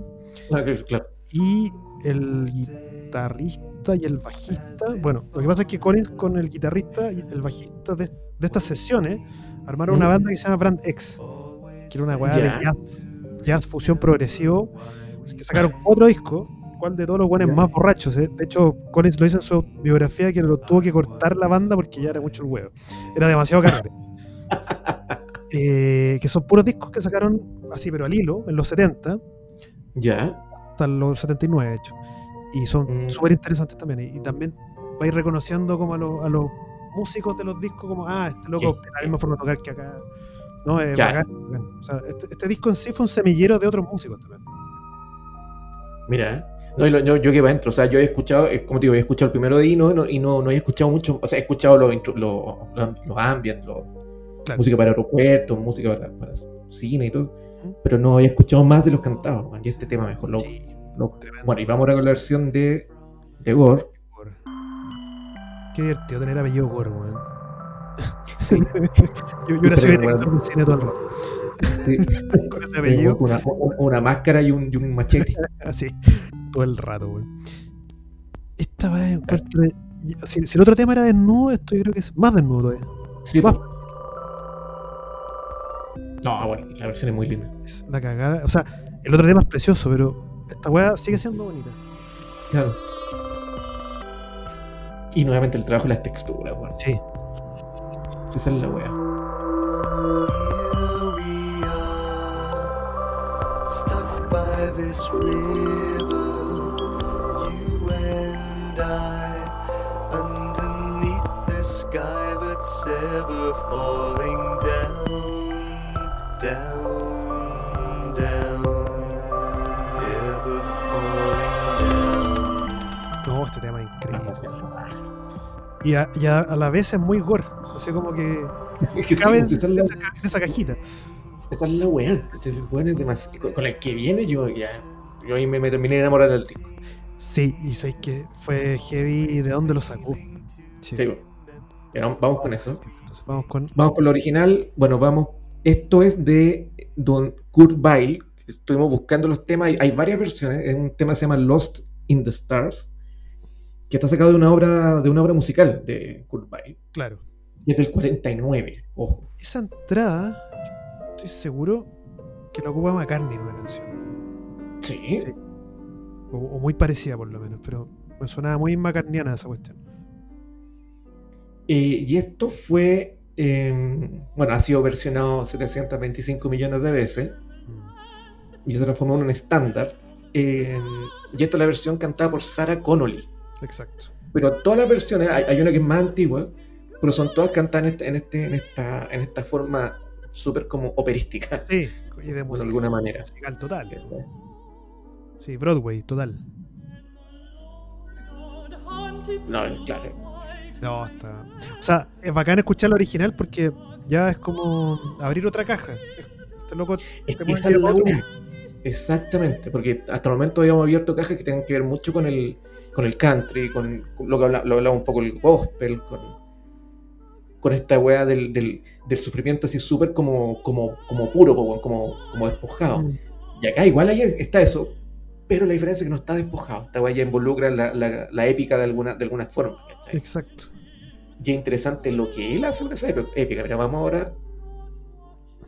S1: Ah, que- claro.
S2: y el guitarrista y el bajista, bueno, lo que pasa es que Collins con el guitarrista y el bajista de, de estas sesiones armaron una
S1: Mm.
S2: banda que se llama Brand X, que era una weá
S1: Ya.
S2: de jazz, jazz fusión progresivo, que sacaron otro disco, cual de todos los buenos
S1: Ya.
S2: más borrachos. eh. De hecho, Collins lo dice en su biografía que lo tuvo que cortar la banda porque ya era mucho el huevo. Era demasiado carrete. Eh, que son puros discos que sacaron así, pero al hilo, en los 70,
S1: Ya.
S2: hasta los 79, de hecho. Y son
S1: Mm.
S2: súper interesantes también. Y, y también vais reconociendo como a los, a los músicos de los discos, como, ah, este loco
S1: Sí.
S2: tiene la misma forma de tocar que acá. No, es
S1: Claro.
S2: bacán, bacán. O sea, este, este disco en sí fue un semillero de otros músicos también.
S1: Mira. No, y lo- yo, yo que va adentro, o sea, yo he escuchado, eh, como te digo, he escuchado el primero de Dino no- y no, no he escuchado mucho, o sea, he escuchado los, intro- los, los, los ambient, los-
S2: Claro.
S1: música para aeropuertos, música para, para cine y todo,
S2: Ujú.
S1: pero no había escuchado más de los cantados, man, y este tema mejor, loco. loco.
S2: Tremendo.
S1: Bueno, y vamos ahora con la versión de, de Gore.
S2: Qué divertido tener apellido Gore, weón.
S1: Sí,
S2: Yo, yo hubiera sido
S1: Tremendo.
S2: director del cine todo el rato.
S1: sí.
S2: Con ese apellido,
S1: Una, una- una máscara y un, y un machete.
S2: así, todo el rato, weón. Esta vez encuentro. Si, si el otro tema era desnudo, esto yo creo que es más desnudo todavía.
S1: Sí,
S2: Va.
S1: pues. No, bueno, la versión es muy linda.
S2: Es la cagada. O sea, el otro tema es precioso, pero esta weá sigue siendo bonita.
S1: Claro. Y nuevamente el trabajo de las texturas, bueno.
S2: Sí.
S1: Esa es la wea.
S4: Here we are, stuck by this river. You and I, underneath this sky that's ever falling down, down, down, ever falling down.
S2: No, este tema es increíble.
S1: Vamos a
S2: Y a, y a- a la vez es muy gore. O sea, como que
S1: Es que sí,
S2: cabe en,
S1: pues, esa, es la,
S2: esa, ca- en esa cajita.
S1: esa es la wea. Este weón es demasiado. Con, con el que viene yo ya. Yo ahí me, me terminé de enamorar del disco.
S2: Sí, y sabéis que fue heavy. ¿De dónde lo sacó? Sí.
S1: Te digo. Pero pues. vamos con eso.
S2: Entonces vamos con.
S1: Vamos con lo original. Bueno, vamos. Esto es de Don Kurt Weill. Estuvimos buscando los temas. Hay, hay varias versiones. Es un tema que se llama Lost in the Stars, que está sacado de una obra, de una obra musical de Kurt Weill.
S2: Claro.
S1: Y es del 49. Ojo.
S2: Esa entrada, estoy seguro que la ocupa McCartney en una canción.
S1: Sí.
S2: Sí. O, o muy parecida, por lo menos. Pero me sonaba muy macarniana esa cuestión.
S1: Eh, y esto fue. eh, bueno, ha sido versionado 725 millones de veces.
S2: Mm.
S1: Y se transformó en un estándar. Eh, y esta es la versión cantada por Sarah Connolly.
S2: Exacto.
S1: pero todas las versiones, hay, hay una que es más antigua, pero son todas cantadas en, este, en, este- en esta, en esta forma súper como operística,
S2: Sí, y de
S1: de
S2: música.
S1: alguna manera.
S2: musical total. Sí, Broadway total.
S1: No, claro.
S2: No, está. O sea, es bacán escuchar la original porque ya es como abrir otra caja. Es- Este loco
S1: Es
S2: Te
S1: que
S2: ponen
S1: esa es la
S2: otro.
S1: una. Exactamente, porque hasta el momento habíamos abierto cajas que tienen que ver mucho con el, con el country, con lo que habla- lo hablaba un poco el gospel, con, con esta wea del, del, del sufrimiento así súper como, como, como puro, po, weón, como, como despojado. Y acá igual ahí está eso, pero la diferencia es que no está despojado. Esta weá ya involucra la, la- la épica de alguna, de alguna forma. ¿cachai?
S2: Exacto.
S1: Y es interesante lo que él hace con esa épi- épica. Pero vamos ahora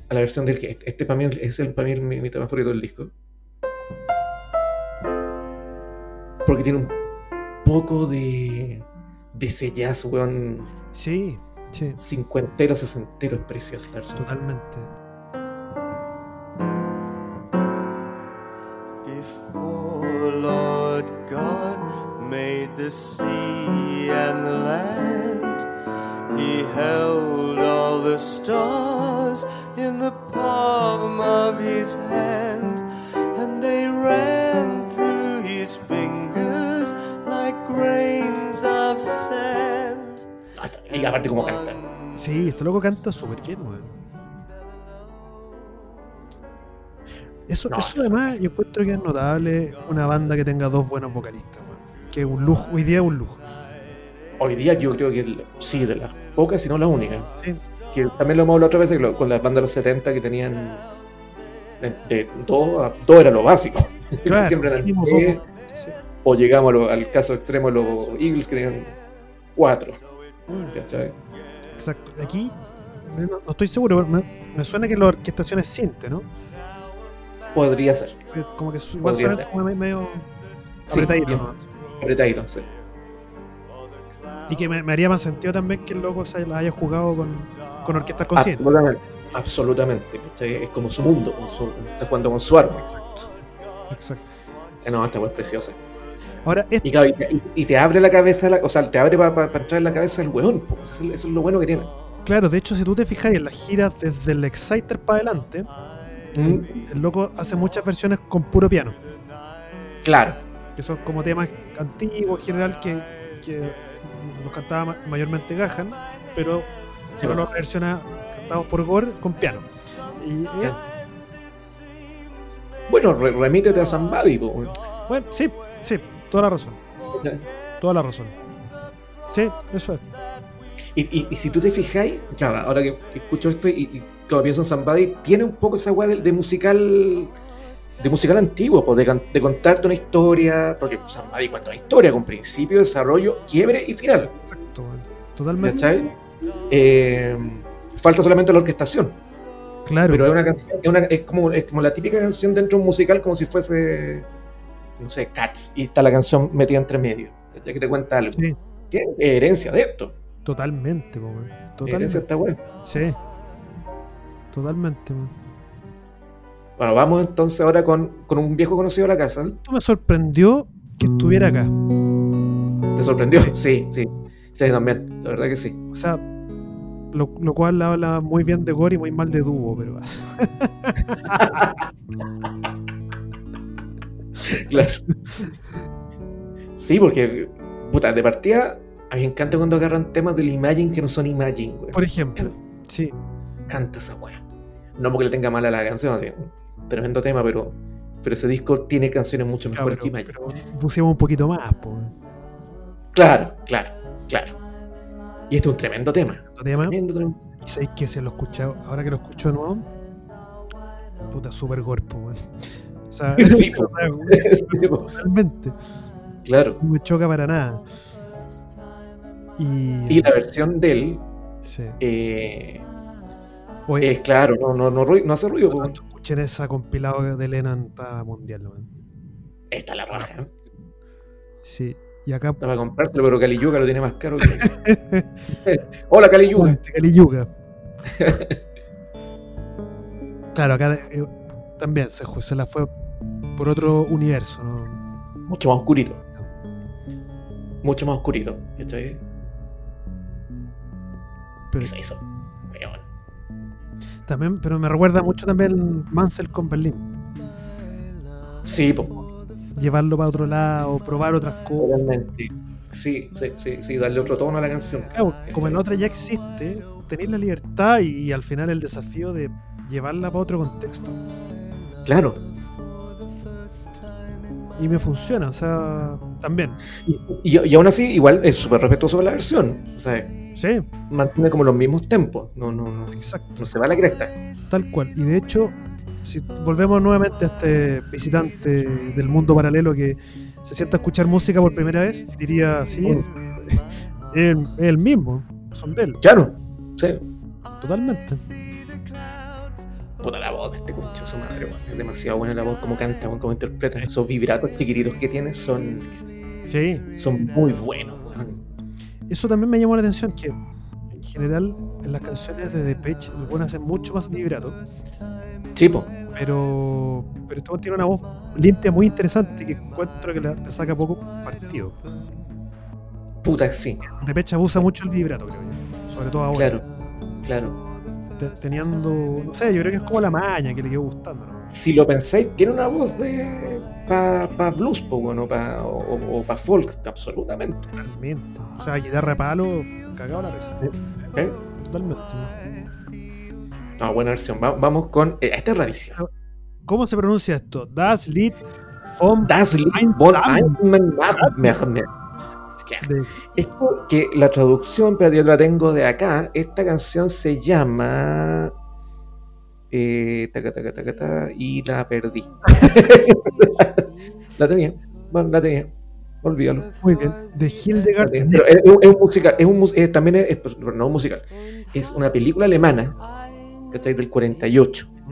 S1: a la versión del que este, este para mí es el, para mí mi, mi tema favorito del disco. Porque tiene un poco de, de ese jazz, weón,
S2: Sí, sí,
S1: cincuentero, sesentero, es precioso. la versión.
S2: totalmente.
S4: Before Lord God made the sea and the land, He held all the stars in the palm of His hand, and they ran through His fingers like grains of sand.
S1: Ah, Y aparte como canta.
S2: Sí, este loco canta súper bien, weón. Eso,
S1: No,
S2: eso además yo encuentro que es notable una banda que tenga dos buenos vocalistas, weón. Que es un lujo, hoy día es un lujo.
S1: Hoy día yo creo que el- sí, de las pocas, si no la única.
S2: Sí,
S1: Que también lo hemos hablado otra vez que lo- con las bandas de los 70 que tenían de, de todo, a- todo era lo básico. Siempre eran
S2: mínimo
S1: tres,
S2: dos vocalistas, sí.
S1: o llegamos a lo- al caso extremo de los Eagles que tenían cuatro. ¿cachai?
S2: Exacto. Aquí no, no estoy seguro, pero me, me suena que la orquestación es cinte, ¿no?
S1: Podría ser.
S2: Que Como que su- igual
S1: Podría
S2: suena
S1: ser.
S2: como me- medio
S1: Sí,
S2: apretadito,
S1: bien.
S2: ¿no?
S1: Apretadito, sí.
S2: Y que me, me haría más sentido también que el loco se la haya jugado con, con orquestas con cinte.
S1: Ah, Absolutamente. absolutamente. ¿cachai? Es como su mundo, con su- está jugando con su arma.
S2: Exacto.
S1: Eh, No, esta weá es preciosa.
S2: Ahora, esto,
S1: Y, claro, y, y te abre la cabeza, la- o sea, te abre para entrar en la cabeza el weón. po. Eso es, eso es lo bueno que tiene.
S2: claro, de hecho, si tú te fijas en las giras desde el Exciter para adelante,
S1: Mm,
S2: el loco hace muchas versiones con puro piano,
S1: Claro.
S2: que son como temas antiguos en general que, que los cantaba ma- mayormente Gahan, pero
S1: Sí, pues.
S2: ahora
S1: bueno.
S2: los versiona cantados por Gore con piano. Y eh,
S1: Bueno, re- remítete a Somebody, po.
S2: bueno, sí, sí, toda la razón, toda la razón. Sí, eso es.
S1: Y, y- y si tú te fijáis, claro, ahora que, que escucho esto y, y cuando pienso en Somebody, tiene un poco esa weá de, de musical de musical antiguo, po, de, can- de contarte una historia, porque Somebody cuenta una historia con principio, desarrollo, quiebre y final.
S2: Exacto, weón. totalmente.
S1: ¿Cachai? Eh, falta solamente la orquestación.
S2: Claro,
S1: Pero es una canción, es, una- es como, es como la típica canción dentro de un musical, como si fuese, no sé, Cats, y está la canción metida entre medio, ¿cachai? Que te cuenta algo.
S2: Sí.
S1: Tiene herencia de esto.
S2: totalmente, po, weón.
S1: Herencia
S2: totalmente.
S1: está buena.
S2: Sí, totalmente. weón.
S1: Bueno, vamos entonces ahora con, con un viejo conocido de la casa.
S2: Esto me sorprendió que estuviera acá.
S1: ¿Te sorprendió? Sí, sí. Sí, también. La verdad que sí.
S2: O sea, lo, lo cual habla muy bien de Gore y muy mal de Dubo, pero
S1: Claro. Sí, porque, puta, de partida, a mí me encanta cuando agarran temas del Imagine que no son Imagine, güey.
S2: por ejemplo, sí,
S1: Me encanta esa weá. No porque le tenga mala la canción, así, tremendo tema, pero, pero ese disco tiene canciones mucho
S2: claro,
S1: mejores que Imagine.
S2: pero pusimos un poquito más, po.
S1: Claro, claro, claro. Y este es un tremendo tema.
S2: Otro tema,
S1: Tremendo, tremendo.
S2: y sabéis que se lo escuchado, ahora que lo escucho de nuevo, puta, super Gore, po, weón. O sea,
S1: Sí, po.
S2: o sea, weón,
S1: Sí, po.
S2: totalmente,
S1: Claro.
S2: no me choca para nada. Y,
S1: Y la versión de él
S2: sí.
S1: eh,
S2: Oye,
S1: es Eh, claro, no, no, no, ruido- no hace ruido. po.
S2: cuando escuchen esa compilada de Lennon está mundial, weón.
S1: Está la raja. ¿eh?
S2: Sí, y acá
S1: Está para comprárselo, pero Cali Yuga lo tiene más caro que. Hola, Cali Yuga.
S2: Aguante, Caliyuga. claro, acá eh, también se, ju- se la fue por otro universo, ¿no?
S1: Mucho más oscurito. Mucho más oscurito. ¿Cachai?
S2: Pero,
S1: ¿Qué se hizo? Weón.
S2: también, pero me recuerda mucho también Mansell con Berlín.
S1: Sí, po,
S2: Llevarlo para otro lado, probar otras cosas.
S1: totalmente. Sí, sí, sí, sí, darle otro tono a la canción.
S2: Claro, como en otra ya existe, tener la libertad y, y al final el desafío de llevarla para otro contexto.
S1: Claro.
S2: Y me funciona, o sea, también.
S1: Y, y aún así, igual es súper respetuoso con la versión. O sea,
S2: Sí,
S1: mantiene como los mismos tempos. No, no, no.
S2: exacto.
S1: No se va a la cresta.
S2: Tal cual. Y de hecho, si volvemos nuevamente a este visitante del mundo paralelo que se sienta a escuchar música por primera vez, diría, sí, es el, es el mismo, son de él,
S1: Claro. Sí.
S2: totalmente.
S1: Puta la voz de este concho, su madre, weón. Es demasiado buena la voz, como canta, weón, como interpreta. Esos vibratos chiquititos que tiene son,
S2: Sí.
S1: son muy buenos, weón.
S2: Eso también me llamó la atención, que en general en las canciones de Depeche el buen hace mucho más vibrato,
S1: Chipo.
S2: pero, pero este buen tiene una voz limpia muy interesante que encuentro que la- le saca poco partido.
S1: Puta que sí,
S2: Depeche abusa mucho el vibrato, creo yo, sobre todo ahora.
S1: claro. Claro.
S2: te- teniendo, no sé, yo creo que es como la maña que le quedó gustando. ¿no?
S1: Si lo pensáis, tiene una voz de. pa, pa blues, po, weón, o pa, o, o pa folk, absolutamente.
S2: Totalmente. O sea, guitarra de palo, cagado la risa.
S1: ¿eh?
S2: Totalmente. ¿no?
S1: No, buena versión. Va- vamos con. eh, esta es rarísima.
S2: ¿Cómo se pronuncia esto? Das Lied vom
S1: Das Lied
S2: Ein
S1: von
S2: Samen.
S1: Eisenman Nachmermer.
S2: de-
S1: Esto que la traducción, pero yo la tengo de acá. Esta canción se llama. eh, taca, taca, taca, ta, y la perdí. la tenía. Bueno, la tenía. Olvídalo.
S2: Muy bien. De Hildegard.
S1: La tenía. Pero es, es un- es un musical. Es un, mus- eh, también es, es- pero no un musical. Es una película alemana. ¿Cachai? Del 48.
S2: Mm,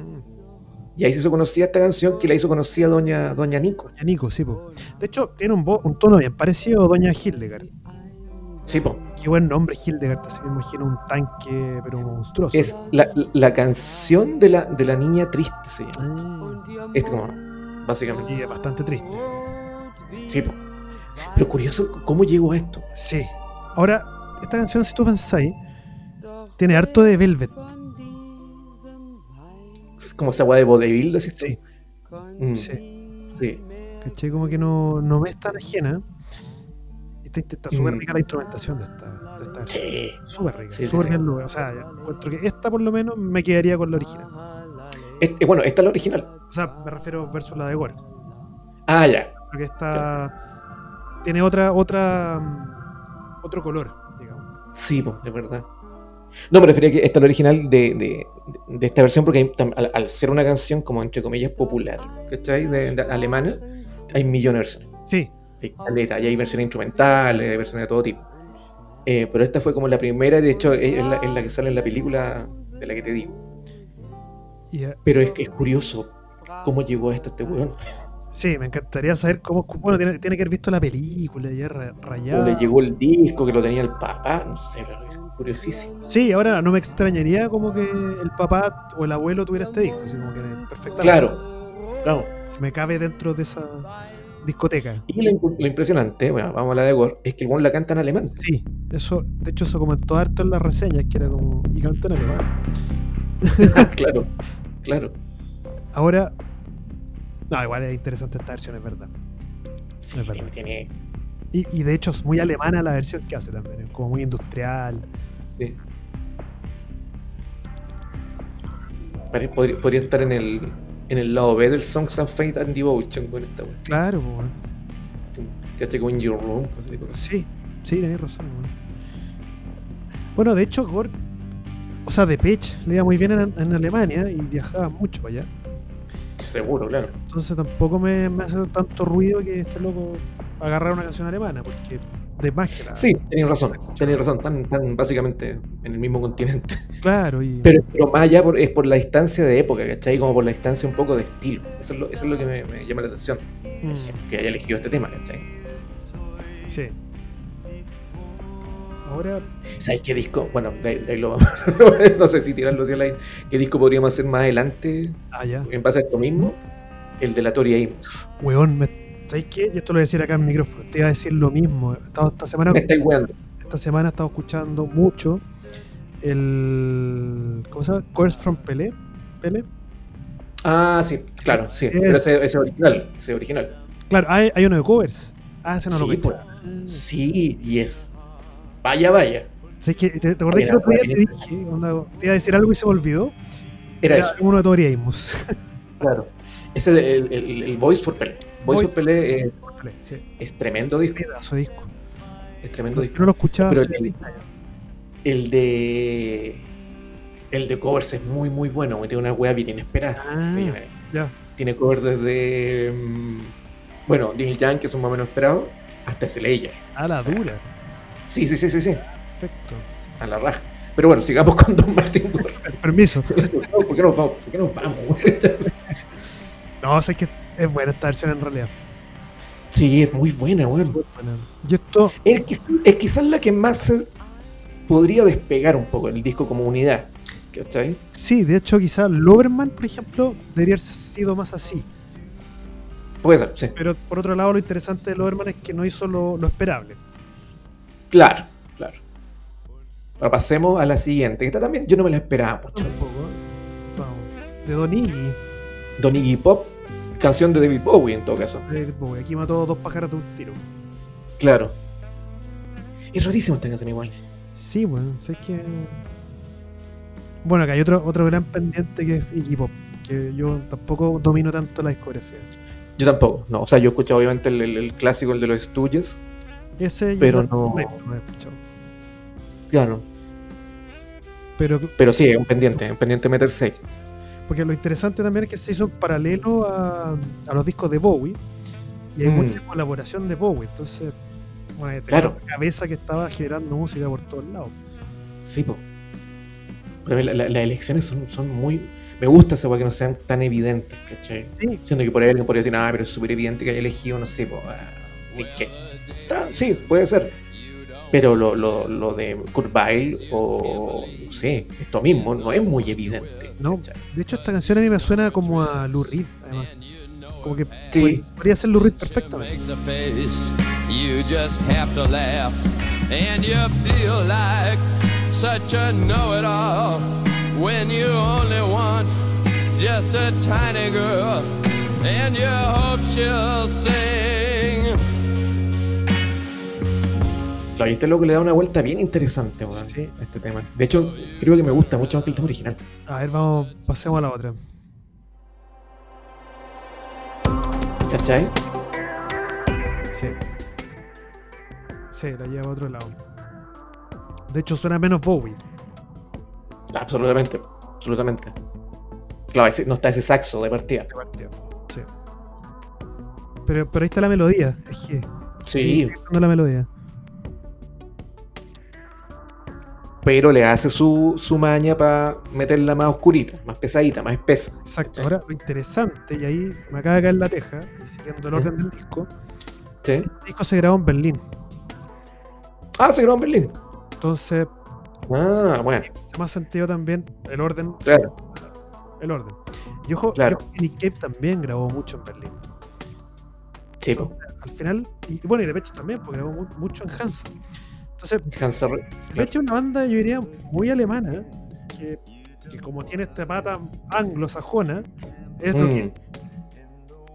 S1: Y ahí se hizo conocida esta canción que la hizo conocida Doña, Doña Nico.
S2: Doña Nico, sí, po. De hecho, tiene un, vo- un tono bien parecido a Doña Hildegard.
S1: Sí, po.
S2: Qué buen nombre, Hildegard. Así me imagino un tanque, pero monstruoso.
S1: Es la, la canción de la, de la niña triste, se llama.
S2: Ah,
S1: Es como, básicamente.
S2: y es bastante triste.
S1: Sí, po. Pero curioso, ¿cómo llegó a esto?
S2: Sí. Ahora, esta canción, si tú pensáis, tiene harto de Velvet.
S1: Es como esa weá de vodevil, decís tú.
S2: Sí.
S1: Mm, sí.
S2: Sí. ¿Cachai? Como que no, no me es tan ajena. Está, está súper
S1: Mm.
S2: rica la instrumentación de esta, de esta versión.
S1: Sí.
S2: Súper rica,
S1: Sí, sí,
S2: súper
S1: sí.
S2: bien lograda. O sea, yo encuentro que esta por lo menos me quedaría con la original.
S1: Este- bueno, esta es la original.
S2: O sea, me refiero versus la de Gore.
S1: Ah, ya.
S2: Porque esta tiene otra, otra, mm, otro color, digamos.
S1: Sí, po, es verdad. No, me refería que esta es la original de, de- de esta versión porque hay tam- al, al ser una canción como entre comillas popular, ¿cachai? De, de alemana, hay millones de versiones.
S2: Sí,
S1: Hay caleta, y hay versiones instrumentales, hay versiones de todo tipo. Eh, pero esta fue como la primera, y de hecho es es la, es la que sale en la película de la que te digo.
S2: y, eh,
S1: Pero es que es curioso cómo llegó hasta este weón.
S2: sí, me encantaría saber cómo. Bueno, tiene, tiene que haber visto la película ya ra-
S1: O le
S2: rayada.
S1: llegó el disco que lo tenía el papá, no sé, pero es curiosísimo.
S2: Sí, ahora no me extrañaría como que el papá o el abuelo tuviera este disco, así como que perfectamente
S1: Claro, claro.
S2: me cabe dentro de esa discoteca.
S1: Y lo, imp- lo impresionante, bueno, vamos a hablar de Gore, es que el weón la canta en alemán.
S2: Sí, eso, de hecho eso comentó harto en las reseñas, que era como, y canta en alemán.
S1: claro, claro.
S2: Ahora, no, igual es interesante esta versión, es verdad.
S1: Sí,
S2: Es verdad.
S1: tiene- tiene-
S2: Y, y de hecho es muy alemana la versión que hace también, es como muy industrial.
S1: sí. Pare- podría, podría estar en el, en el lado B del Songs of Faith and Devotion con esta weón.
S2: Claro, po, weón.
S1: ¿Cachai? Como In Your Room, cosas tipo de cosas.
S2: sí, sí, tenés razón. weón. Bueno, de hecho, Gore, o sea, de Pech le iba muy bien en, en Alemania y viajaba mucho para allá.
S1: Seguro, claro.
S2: Entonces tampoco me, me hace tanto ruido que este loco agarrara una canción alemana, porque de más que nada.
S1: Sí, tenías razón, tenías razón. Están, están básicamente en el mismo continente.
S2: Claro, y
S1: Pero, pero más allá por- es por la distancia de época, ¿cachai? Como por la distancia un poco de estilo. Eso es lo, eso es lo que me, me llama la atención,
S2: mm,
S1: que haya elegido este tema, ¿cachai?
S2: sí. Ahora,
S1: ¿Sabes qué disco? Bueno, de, ahí- de ahí lo vamos. no sé si tirarlo hacia la. ¿Qué disco podríamos hacer más adelante
S2: ah, ya.
S1: en base a esto mismo? El de la Tori Amos.
S2: Weón, me, ¿sabes qué? Y esto lo voy a decir acá en el micrófono. Te iba a decir lo mismo. He estado- esta semana
S1: Me estáis weando.
S2: esta semana he estado escuchando mucho el. ¿Cómo se llama? Curse from Pelé. Pelé.
S1: Ah, sí, claro, sí. Pero ese, ese original, ese original.
S2: Claro, hay, hay uno de covers. Ah, ese no lo
S1: sí,
S2: cacho.
S1: pues, sí, y es. Vaya, vaya.
S2: ¿Sabes qué? ¿Te, te acordás
S1: Mira,
S2: que el otro día
S1: bueno,
S2: te dije? onda, te iba a decir algo y se me olvidó.
S1: Era eso,
S2: uno de Tori Amos.
S1: claro. Ese, de- el, el, el Voice for Pelé. Voice,
S2: Voice-
S1: for Pelé es,
S2: Pelé, sí.
S1: es tremendo disco.
S2: Pedazo de disco.
S1: Es tremendo
S2: Yo
S1: disco.
S2: no lo escuchaba.
S1: Pero
S2: hace
S1: el-
S2: 30 años.
S1: El de. El de covers es muy, muy bueno. Tiene una wea bien inesperada.
S2: Ah,
S1: Sí, eh.
S2: ya.
S1: Tiene covers desde. mm, Bueno, Neil Young, que es un más o menos esperado, hasta Slayer.
S2: A la dura.
S1: Sí, sí, sí, sí, sí.
S2: Perfecto.
S1: A la raja. Pero bueno, sigamos con Don Martin Gore.
S2: Permiso.
S1: ¿Por qué nos vamos? ¿Por qué nos vamos?
S2: No, sé que es buena esta versión en realidad.
S1: sí, es muy buena, weón.
S2: Bueno, y esto,
S1: Es, quiz- es quizás la que más eh, podría despegar un poco el disco como unidad. ¿Cachai?
S2: sí, de hecho, quizás Loberman, por ejemplo, debería haber sido más así.
S1: Puede ser, sí.
S2: Pero por otro lado, lo interesante de Loberman es que no hizo lo, lo esperable.
S1: Claro, claro. Ahora pasemos a la siguiente. que Esta también yo no me la esperaba mucho.
S2: Tampoco. Vamos. De Don Iggy,
S1: Don Iggy Pop, canción de David Bowie en todo caso.
S2: de Bowie. Aquí mató dos pájaros de un tiro.
S1: Claro. Es rarísimo esta canción igual.
S2: Sí, bueno, sé que. Bueno, acá hay otro, otro gran pendiente que es Iggy Pop. Que yo tampoco domino tanto la discografía.
S1: Yo tampoco, no. O sea, yo he escuchado obviamente el, el- el clásico, el de los estudios.
S2: Ese
S1: Pero
S2: yo
S1: no-
S2: lo he escuchado.
S1: Claro.
S2: Pero
S1: Pero sí, es un pendiente, es un pendiente meterse ahí.
S2: Porque lo interesante también es que se hizo en paralelo a, a los discos de Bowie. Y hay
S1: Mm.
S2: mucha colaboración de Bowie. Entonces, bueno, tenía
S1: Claro.
S2: una cabeza que estaba generando música por todos lados.
S1: Sí, po. Pero la- la- las elecciones son, son muy. Me gusta esa weá que no sean tan evidentes, ¿cachai?
S2: Sí,
S1: Siendo que por ahí alguien podría decir, ah, pero es súper evidente que haya elegido, no sé, po, a Nick Cave". Está- Sí, puede Ah, ser. Pero lo, lo, lo de Kurt Weill o, no sé, esto mismo no es muy evidente.
S2: No,
S1: ¿cachai?
S2: de hecho esta canción a mí me suena como a Lou Reed, además. Como que
S1: Sí.
S2: podría- podría ser Lou Reed perfectamente.
S9: makes a face. You just have to laugh, and you feel like such a know-it-all when you only want just a tiny girl, and you hope she'll sing.
S1: Claro, y este loco le da una vuelta bien interesante, weón,
S2: Sí.
S1: a este tema. De hecho, creo que me gusta mucho más que el tema original.
S2: A ver, vamos, pasemos a la otra.
S1: ¿Cachai?
S2: Sí. Sí, la lleva a otro lado. De hecho, suena menos Bowie.
S1: Absolutamente, absolutamente. Claro, ese- no está ese saxo de partida.
S2: Sí. Pero, pero ahí está la melodía. es que-
S1: Sí,
S2: sigue estando la melodía.
S1: pero le hace su, su maña para meterla más oscurita, más pesadita, más espesa.
S2: Exacto. Ahora, lo interesante, y ahí me acaba de caer la teja, y siguiendo el orden del disco,
S1: ¿Eh? ¿Sí?
S2: el disco se grabó en Berlín.
S1: Ah, se grabó en Berlín.
S2: Entonces,
S1: Ah, bueno,
S2: hace más sentido también el orden.
S1: claro.
S2: El orden. Y ojo,
S1: Claro.
S2: yo creo que Nick Cave también grabó mucho en Berlín.
S1: Sí, po.
S2: Al final, y bueno, y Depeche también, porque grabó mu- mucho en Hansa. Entonces,
S1: Hansa Re- claro.
S2: Depeche es una banda, yo diría, muy alemana, que, que como tiene esta pata anglosajona, es lo que
S1: Mm.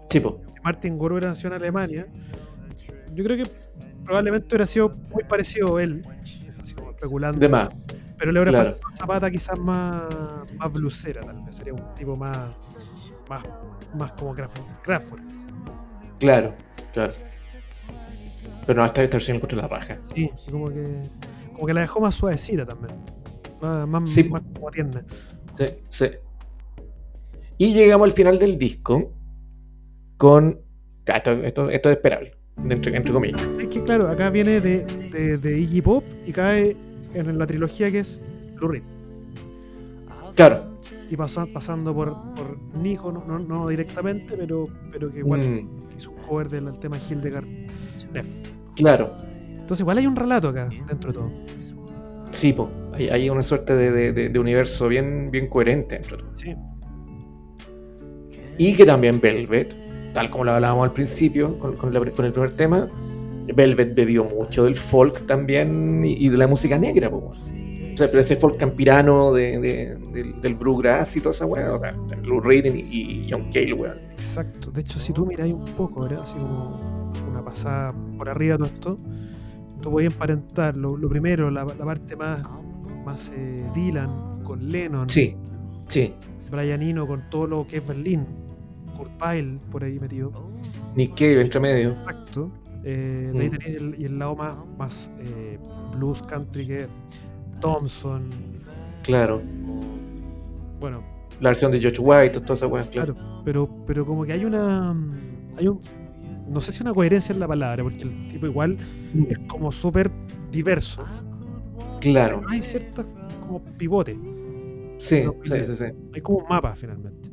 S1: Sí, po.
S2: Martin Gore nació en Alemania. Yo creo que probablemente hubiera sido muy parecido él, así como especulando.
S1: De más.
S2: Pero le hubiera
S1: claro.
S2: faltado una pata quizás más, más blusera, tal vez. Sería un tipo más, más, más como Kraftwerk. Kraftwerk.
S1: Claro, claro. Pero no, esta esta versión encuentro la raja.
S2: Sí, como que, como que la dejó más suavecita también. Más, más,
S1: Sí.
S2: más como tierna.
S1: Sí, sí. Y llegamos al final del disco con. Ah, Esto, esto, esto es esperable, entre, entre comillas.
S2: Es que claro, acá viene de, de, de Iggy Pop y cae en la trilogía que es Lou Reed.
S1: Claro.
S2: Y pasa- pasando por, por Nico, no, no, no directamente, pero, pero que igual
S1: mm,
S2: hizo un cover del al tema Hildegard Neff.
S1: claro.
S2: Entonces igual hay un relato acá, dentro de todo.
S1: Sí, po. Hay, hay una suerte de, de- de- de universo bien, bien coherente entre todo.
S2: Sí.
S1: Y que también Velvet, tal como lo hablábamos al principio con, con la pri- con el primer tema, Velvet bebió mucho del folk también y, y de la música negra, po. weón. O sea, pero ese folk campirano de, de- del, del bluegrass y toda esa weá, o sea, Lou Reed y, y John Cale, weón.
S2: Exacto. De hecho, si tú miráis un poco, ¿verdad? Así como una pasada por arriba todo esto, tú podías emparentar lo, lo primero, la, la parte más, más eh, Dylan con Lennon,
S1: Sí, sí.
S2: Brian Eno con todo lo que es Berlín, Kurt Weill por ahí metido.
S1: Nick Cave entre medio.
S2: Exacto. Eh, de ahí
S1: Mm.
S2: tenés el, y el lado más, más eh, blues country que es Thompson.
S1: Claro.
S2: Bueno,
S1: La versión de George White, toda esa weá, claro.
S2: Claro, pero, pero como que hay una. mm, Hay un, no sé si una coherencia en la palabra, porque el tipo igual
S1: Mm.
S2: es como súper diverso.
S1: Claro.
S2: Hay ciertas como pivotes,
S1: Sí,
S2: No,
S1: sí, sí, sí.
S2: hay como un mapa finalmente.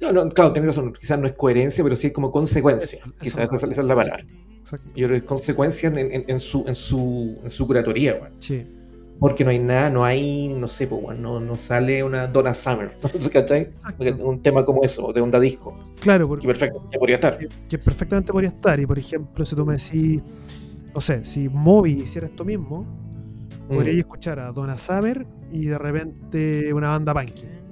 S1: No, no, claro, tenés razón. Quizás no es coherencia, pero sí es como consecuencia.
S2: Eso- eso
S1: Quizás
S2: es
S1: esa, esa es la palabra.
S2: Exacto.
S1: Yo creo que es consecuencia en, en- en su, en, su, en su curatoría, weón.
S2: Sí,
S1: Porque no hay nada, no hay, no sé, pues, weón, no, no sale una Donna Summer. ¿Cachai?
S2: exacto.
S1: Un tema como eso, de onda disco.
S2: Claro,
S1: Que
S2: porque
S1: perfecto, ya podría estar.
S2: que, que perfectamente podría estar. Y por ejemplo, si tú me decís, no sé, si Moby hiciera esto mismo,
S1: Mm.
S2: podría escuchar a Donna Summer y de repente una banda punky.
S1: a-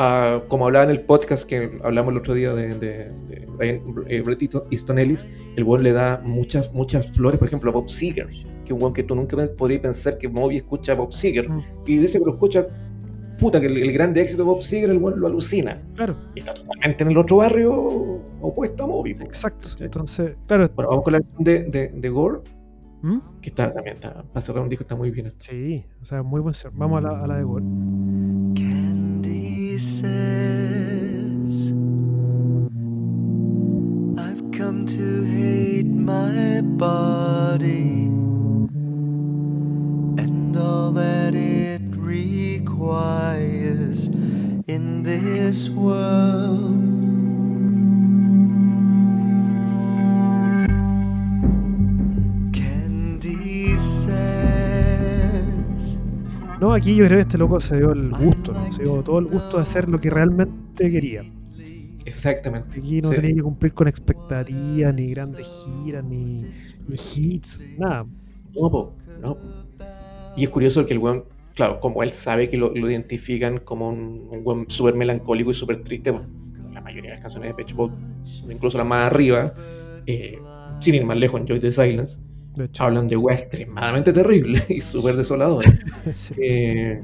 S1: Ah, como hablaba en el podcast que hablamos el otro día de, de, de Brian- eh, Bret Easton- Easton Ellis, el weón le da muchas, muchas flores, por ejemplo, a Bob Seger, que un weón que tú nunca pe- podrías pensar que Moby escucha a Bob Seger.
S2: Mm.
S1: Y dice que lo escucha, puta, que el, el grande éxito de Bob Seger, el weón lo alucina.
S2: Claro,
S1: Y está totalmente en el otro barrio opuesto a Moby. po.
S2: exacto.
S1: Sí.
S2: Entonces, claro.
S1: Bueno, vamos con la versión de, de, de Gore,
S2: ¿Mm?
S1: que está también, está, para cerrar un disco está muy bien.
S2: Sí, o sea, muy buen ser. Vamos a la, a la de Gore.
S4: Candy says, I've come to hate my body and all that it requires in this world. Candy
S2: No, aquí yo creo que este loco se dio el gusto, ¿no? se dio todo el gusto de hacer lo que realmente quería.
S1: Exactamente.
S2: Aquí no
S1: Sí.
S2: tenía que cumplir con expectativas, ni grandes giras, ni, ni hits, nada.
S1: No, po, no. Y es curioso que el weón, claro, como él sabe que lo, lo identifican como un, un weón súper melancólico y súper triste, po, la mayoría de las canciones de Pet Shop Boys, incluso las más arriba, eh, sin ir más lejos, Enjoy the Silence,
S2: De hecho,
S1: hablan de weas extremadamente terribles y súper desoladoras.
S2: sí.
S1: Eh,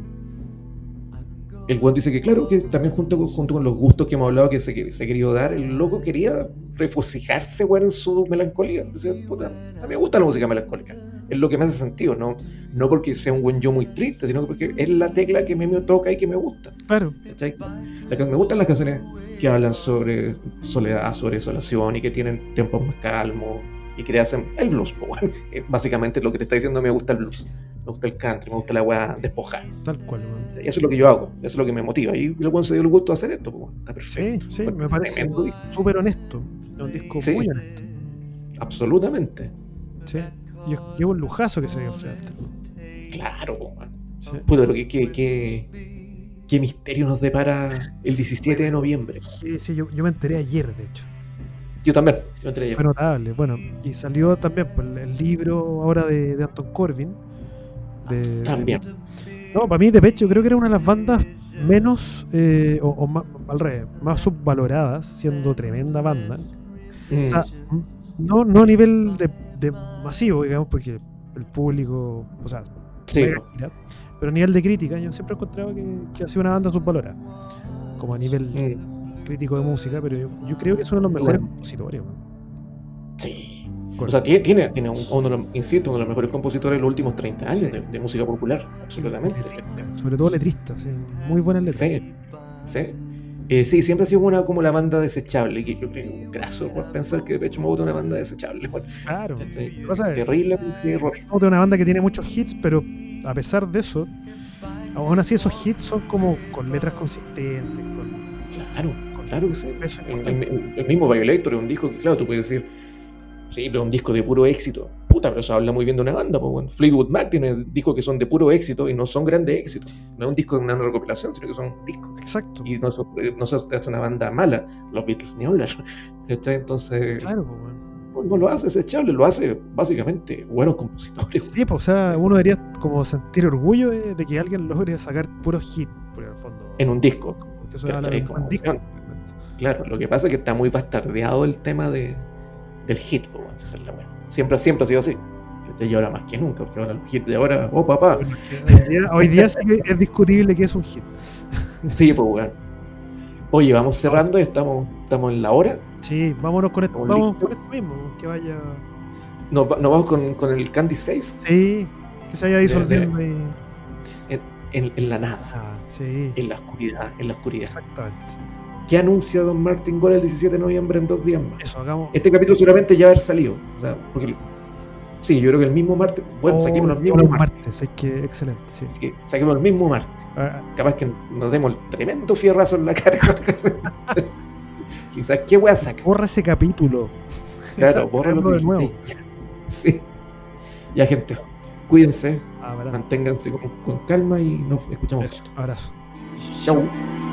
S1: el weón dice que, claro, que también junto con, junto con los gustos que hemos hablado que se, que se ha querido dar, el loco quería refusarse weón, en su melancolía. Dice, puta, a mí me gusta la música melancólica. Es lo que me hace sentido, no, no porque sea un buen yo muy triste, sino porque es la tecla que me, me toca y que me gusta.
S2: Claro,
S1: ¿cachai? La que- me gustan las canciones que hablan sobre soledad, sobre desolación y que tienen tiempos más calmos y que te hacen el blues, po, weón. Es básicamente lo que te está diciendo, me gusta el blues, me gusta el country, me gusta la weá despojada.
S2: tal cual. weón.
S1: Y Eso es lo que yo hago, eso es lo que me motiva. Y el weón se dio el gusto de hacer esto, po, weón. está
S2: Sí,
S1: perfecto.
S2: sí,
S1: Bueno,
S2: me parece
S1: tremendo disco.
S2: súper honesto. Es un disco
S1: Sí.
S2: muy honesto.
S1: Absolutamente.
S2: Sí. Y es, y es un lujazo que se dio este, Fred Astaire.
S1: Claro, po, weón.
S2: Sí.
S1: Puta, pero qué, qué, qué, qué misterio nos depara el 17 de noviembre.
S2: Sí, sí, yo, yo me enteré ayer, de hecho.
S1: Yo también, yo entré ayer.
S2: Fue notable. Bueno, y salió también pues, el- el libro ahora de, de Anton Corbin. de-
S1: También.
S2: no, para mí, de pecho, creo que era una de las bandas menos, eh, o, o más, al revés, más subvaloradas, siendo tremenda banda. O sea,
S1: Mm,
S2: m- no, no a nivel de, de masivo, digamos, porque el público, o sea,
S1: sí,
S2: mega gira, pero a nivel de crítica, yo siempre he encontrado que, que ha sido una banda subvalorada. Como a nivel
S1: mm.
S2: crítico de música, pero yo, yo creo que es uno de los mejores compositores. weón.
S1: Sí.
S2: Correcto.
S1: O sea, tiene, tiene, tiene un- uno de los, insisto, uno de los mejores compositores de los últimos 30 años
S2: Sí.
S1: de, de música popular, absolutamente.
S2: Letrista, sobre todo letrista, sí, muy buenas letras.
S1: Sí, sí. Eh, sí, siempre ha sido una como la banda desechable, que yo creo que es graso por pensar que de hecho me gusta una banda desechable. bueno,
S2: Claro.
S1: ¿cachai?
S2: que pasa es-
S1: Terrible qué error.
S2: Somos de una banda que tiene muchos hits, pero a pesar de eso, aún así esos hits son como con letras consistentes, con
S1: Claro, claro que sí.
S2: peso
S1: El,
S2: importante.
S1: el- el mismo Violator es un disco que, claro, tú puedes decir, sí, pero un disco de puro éxito. Puta, pero eso habla muy bien de una banda. Pues, bueno. Fleetwood Mac tiene discos que son de puro éxito y no son grandes éxitos. No es un disco de una recopilación, sino que son discos.
S2: Exacto.
S1: y no, so- eh, no se hace una banda mala, los Beatles ni hablar. ¿cachai? Entonces,
S2: Claro, pues, weón.
S1: no, no lo hace ese chable, lo hace básicamente buenos compositores.
S2: Sí, pues, o sea, uno debería como sentir orgullo de, de que alguien logre sacar puros hits, por el fondo.
S1: En un disco,
S2: Porque eso habla
S1: ¿cachai?
S2: de un
S1: Como
S2: buen disco,
S1: weón.
S2: realmente.
S1: claro. Lo que pasa es que está muy bastardeado el tema de, del hit, po, weón, esa es la weá. Siempre, siempre ha sido así. ¿cachai? Y ahora más que nunca, porque ahora los hits de ahora, oh papá,
S2: Bueno, es que Hoy día, hoy día sí que es discutible que es un hit.
S1: sí, pues weón. Oye, vamos cerrando, ya estamos, estamos en la hora.
S2: Sí, vámonos con esto,
S1: Como
S2: vamos
S1: listo.
S2: con esto mismo, que vaya.
S1: Nos, va- nos vamos con, con el Candy 6
S2: Sí, que se vaya disolviendo y.
S1: en, en la nada,
S2: Ah, sí,
S1: en la oscuridad, en la oscuridad.
S2: exactamente.
S1: ¿Qué anuncia Don Martin Gore el 17 de noviembre en dos días más?
S2: Eso, hagamos.
S1: Este capítulo seguramente ya va a haber salido. o sea, porque- sí, yo creo que el mismo martes. Bueno,
S2: Oh,
S1: saquemos los
S2: saquemos
S1: mismos martes.
S2: martes, es que excelente, sí.
S1: Así que saquemos el mismo martes.
S2: Ah,
S1: Capaz que nos demos el tremendo fierrazo en la cara. Quizás qué voy a sacar.
S2: borra ese capítulo.
S1: Claro, borra lo
S2: Hagámoslo
S1: que
S2: de nuevo.
S1: dijiste. Sí. Ya, gente. Cuídense,
S2: Abrazo.
S1: manténganse con, con calma y nos escuchamos.
S2: Eso, abrazo.
S1: Chau.
S2: Chao.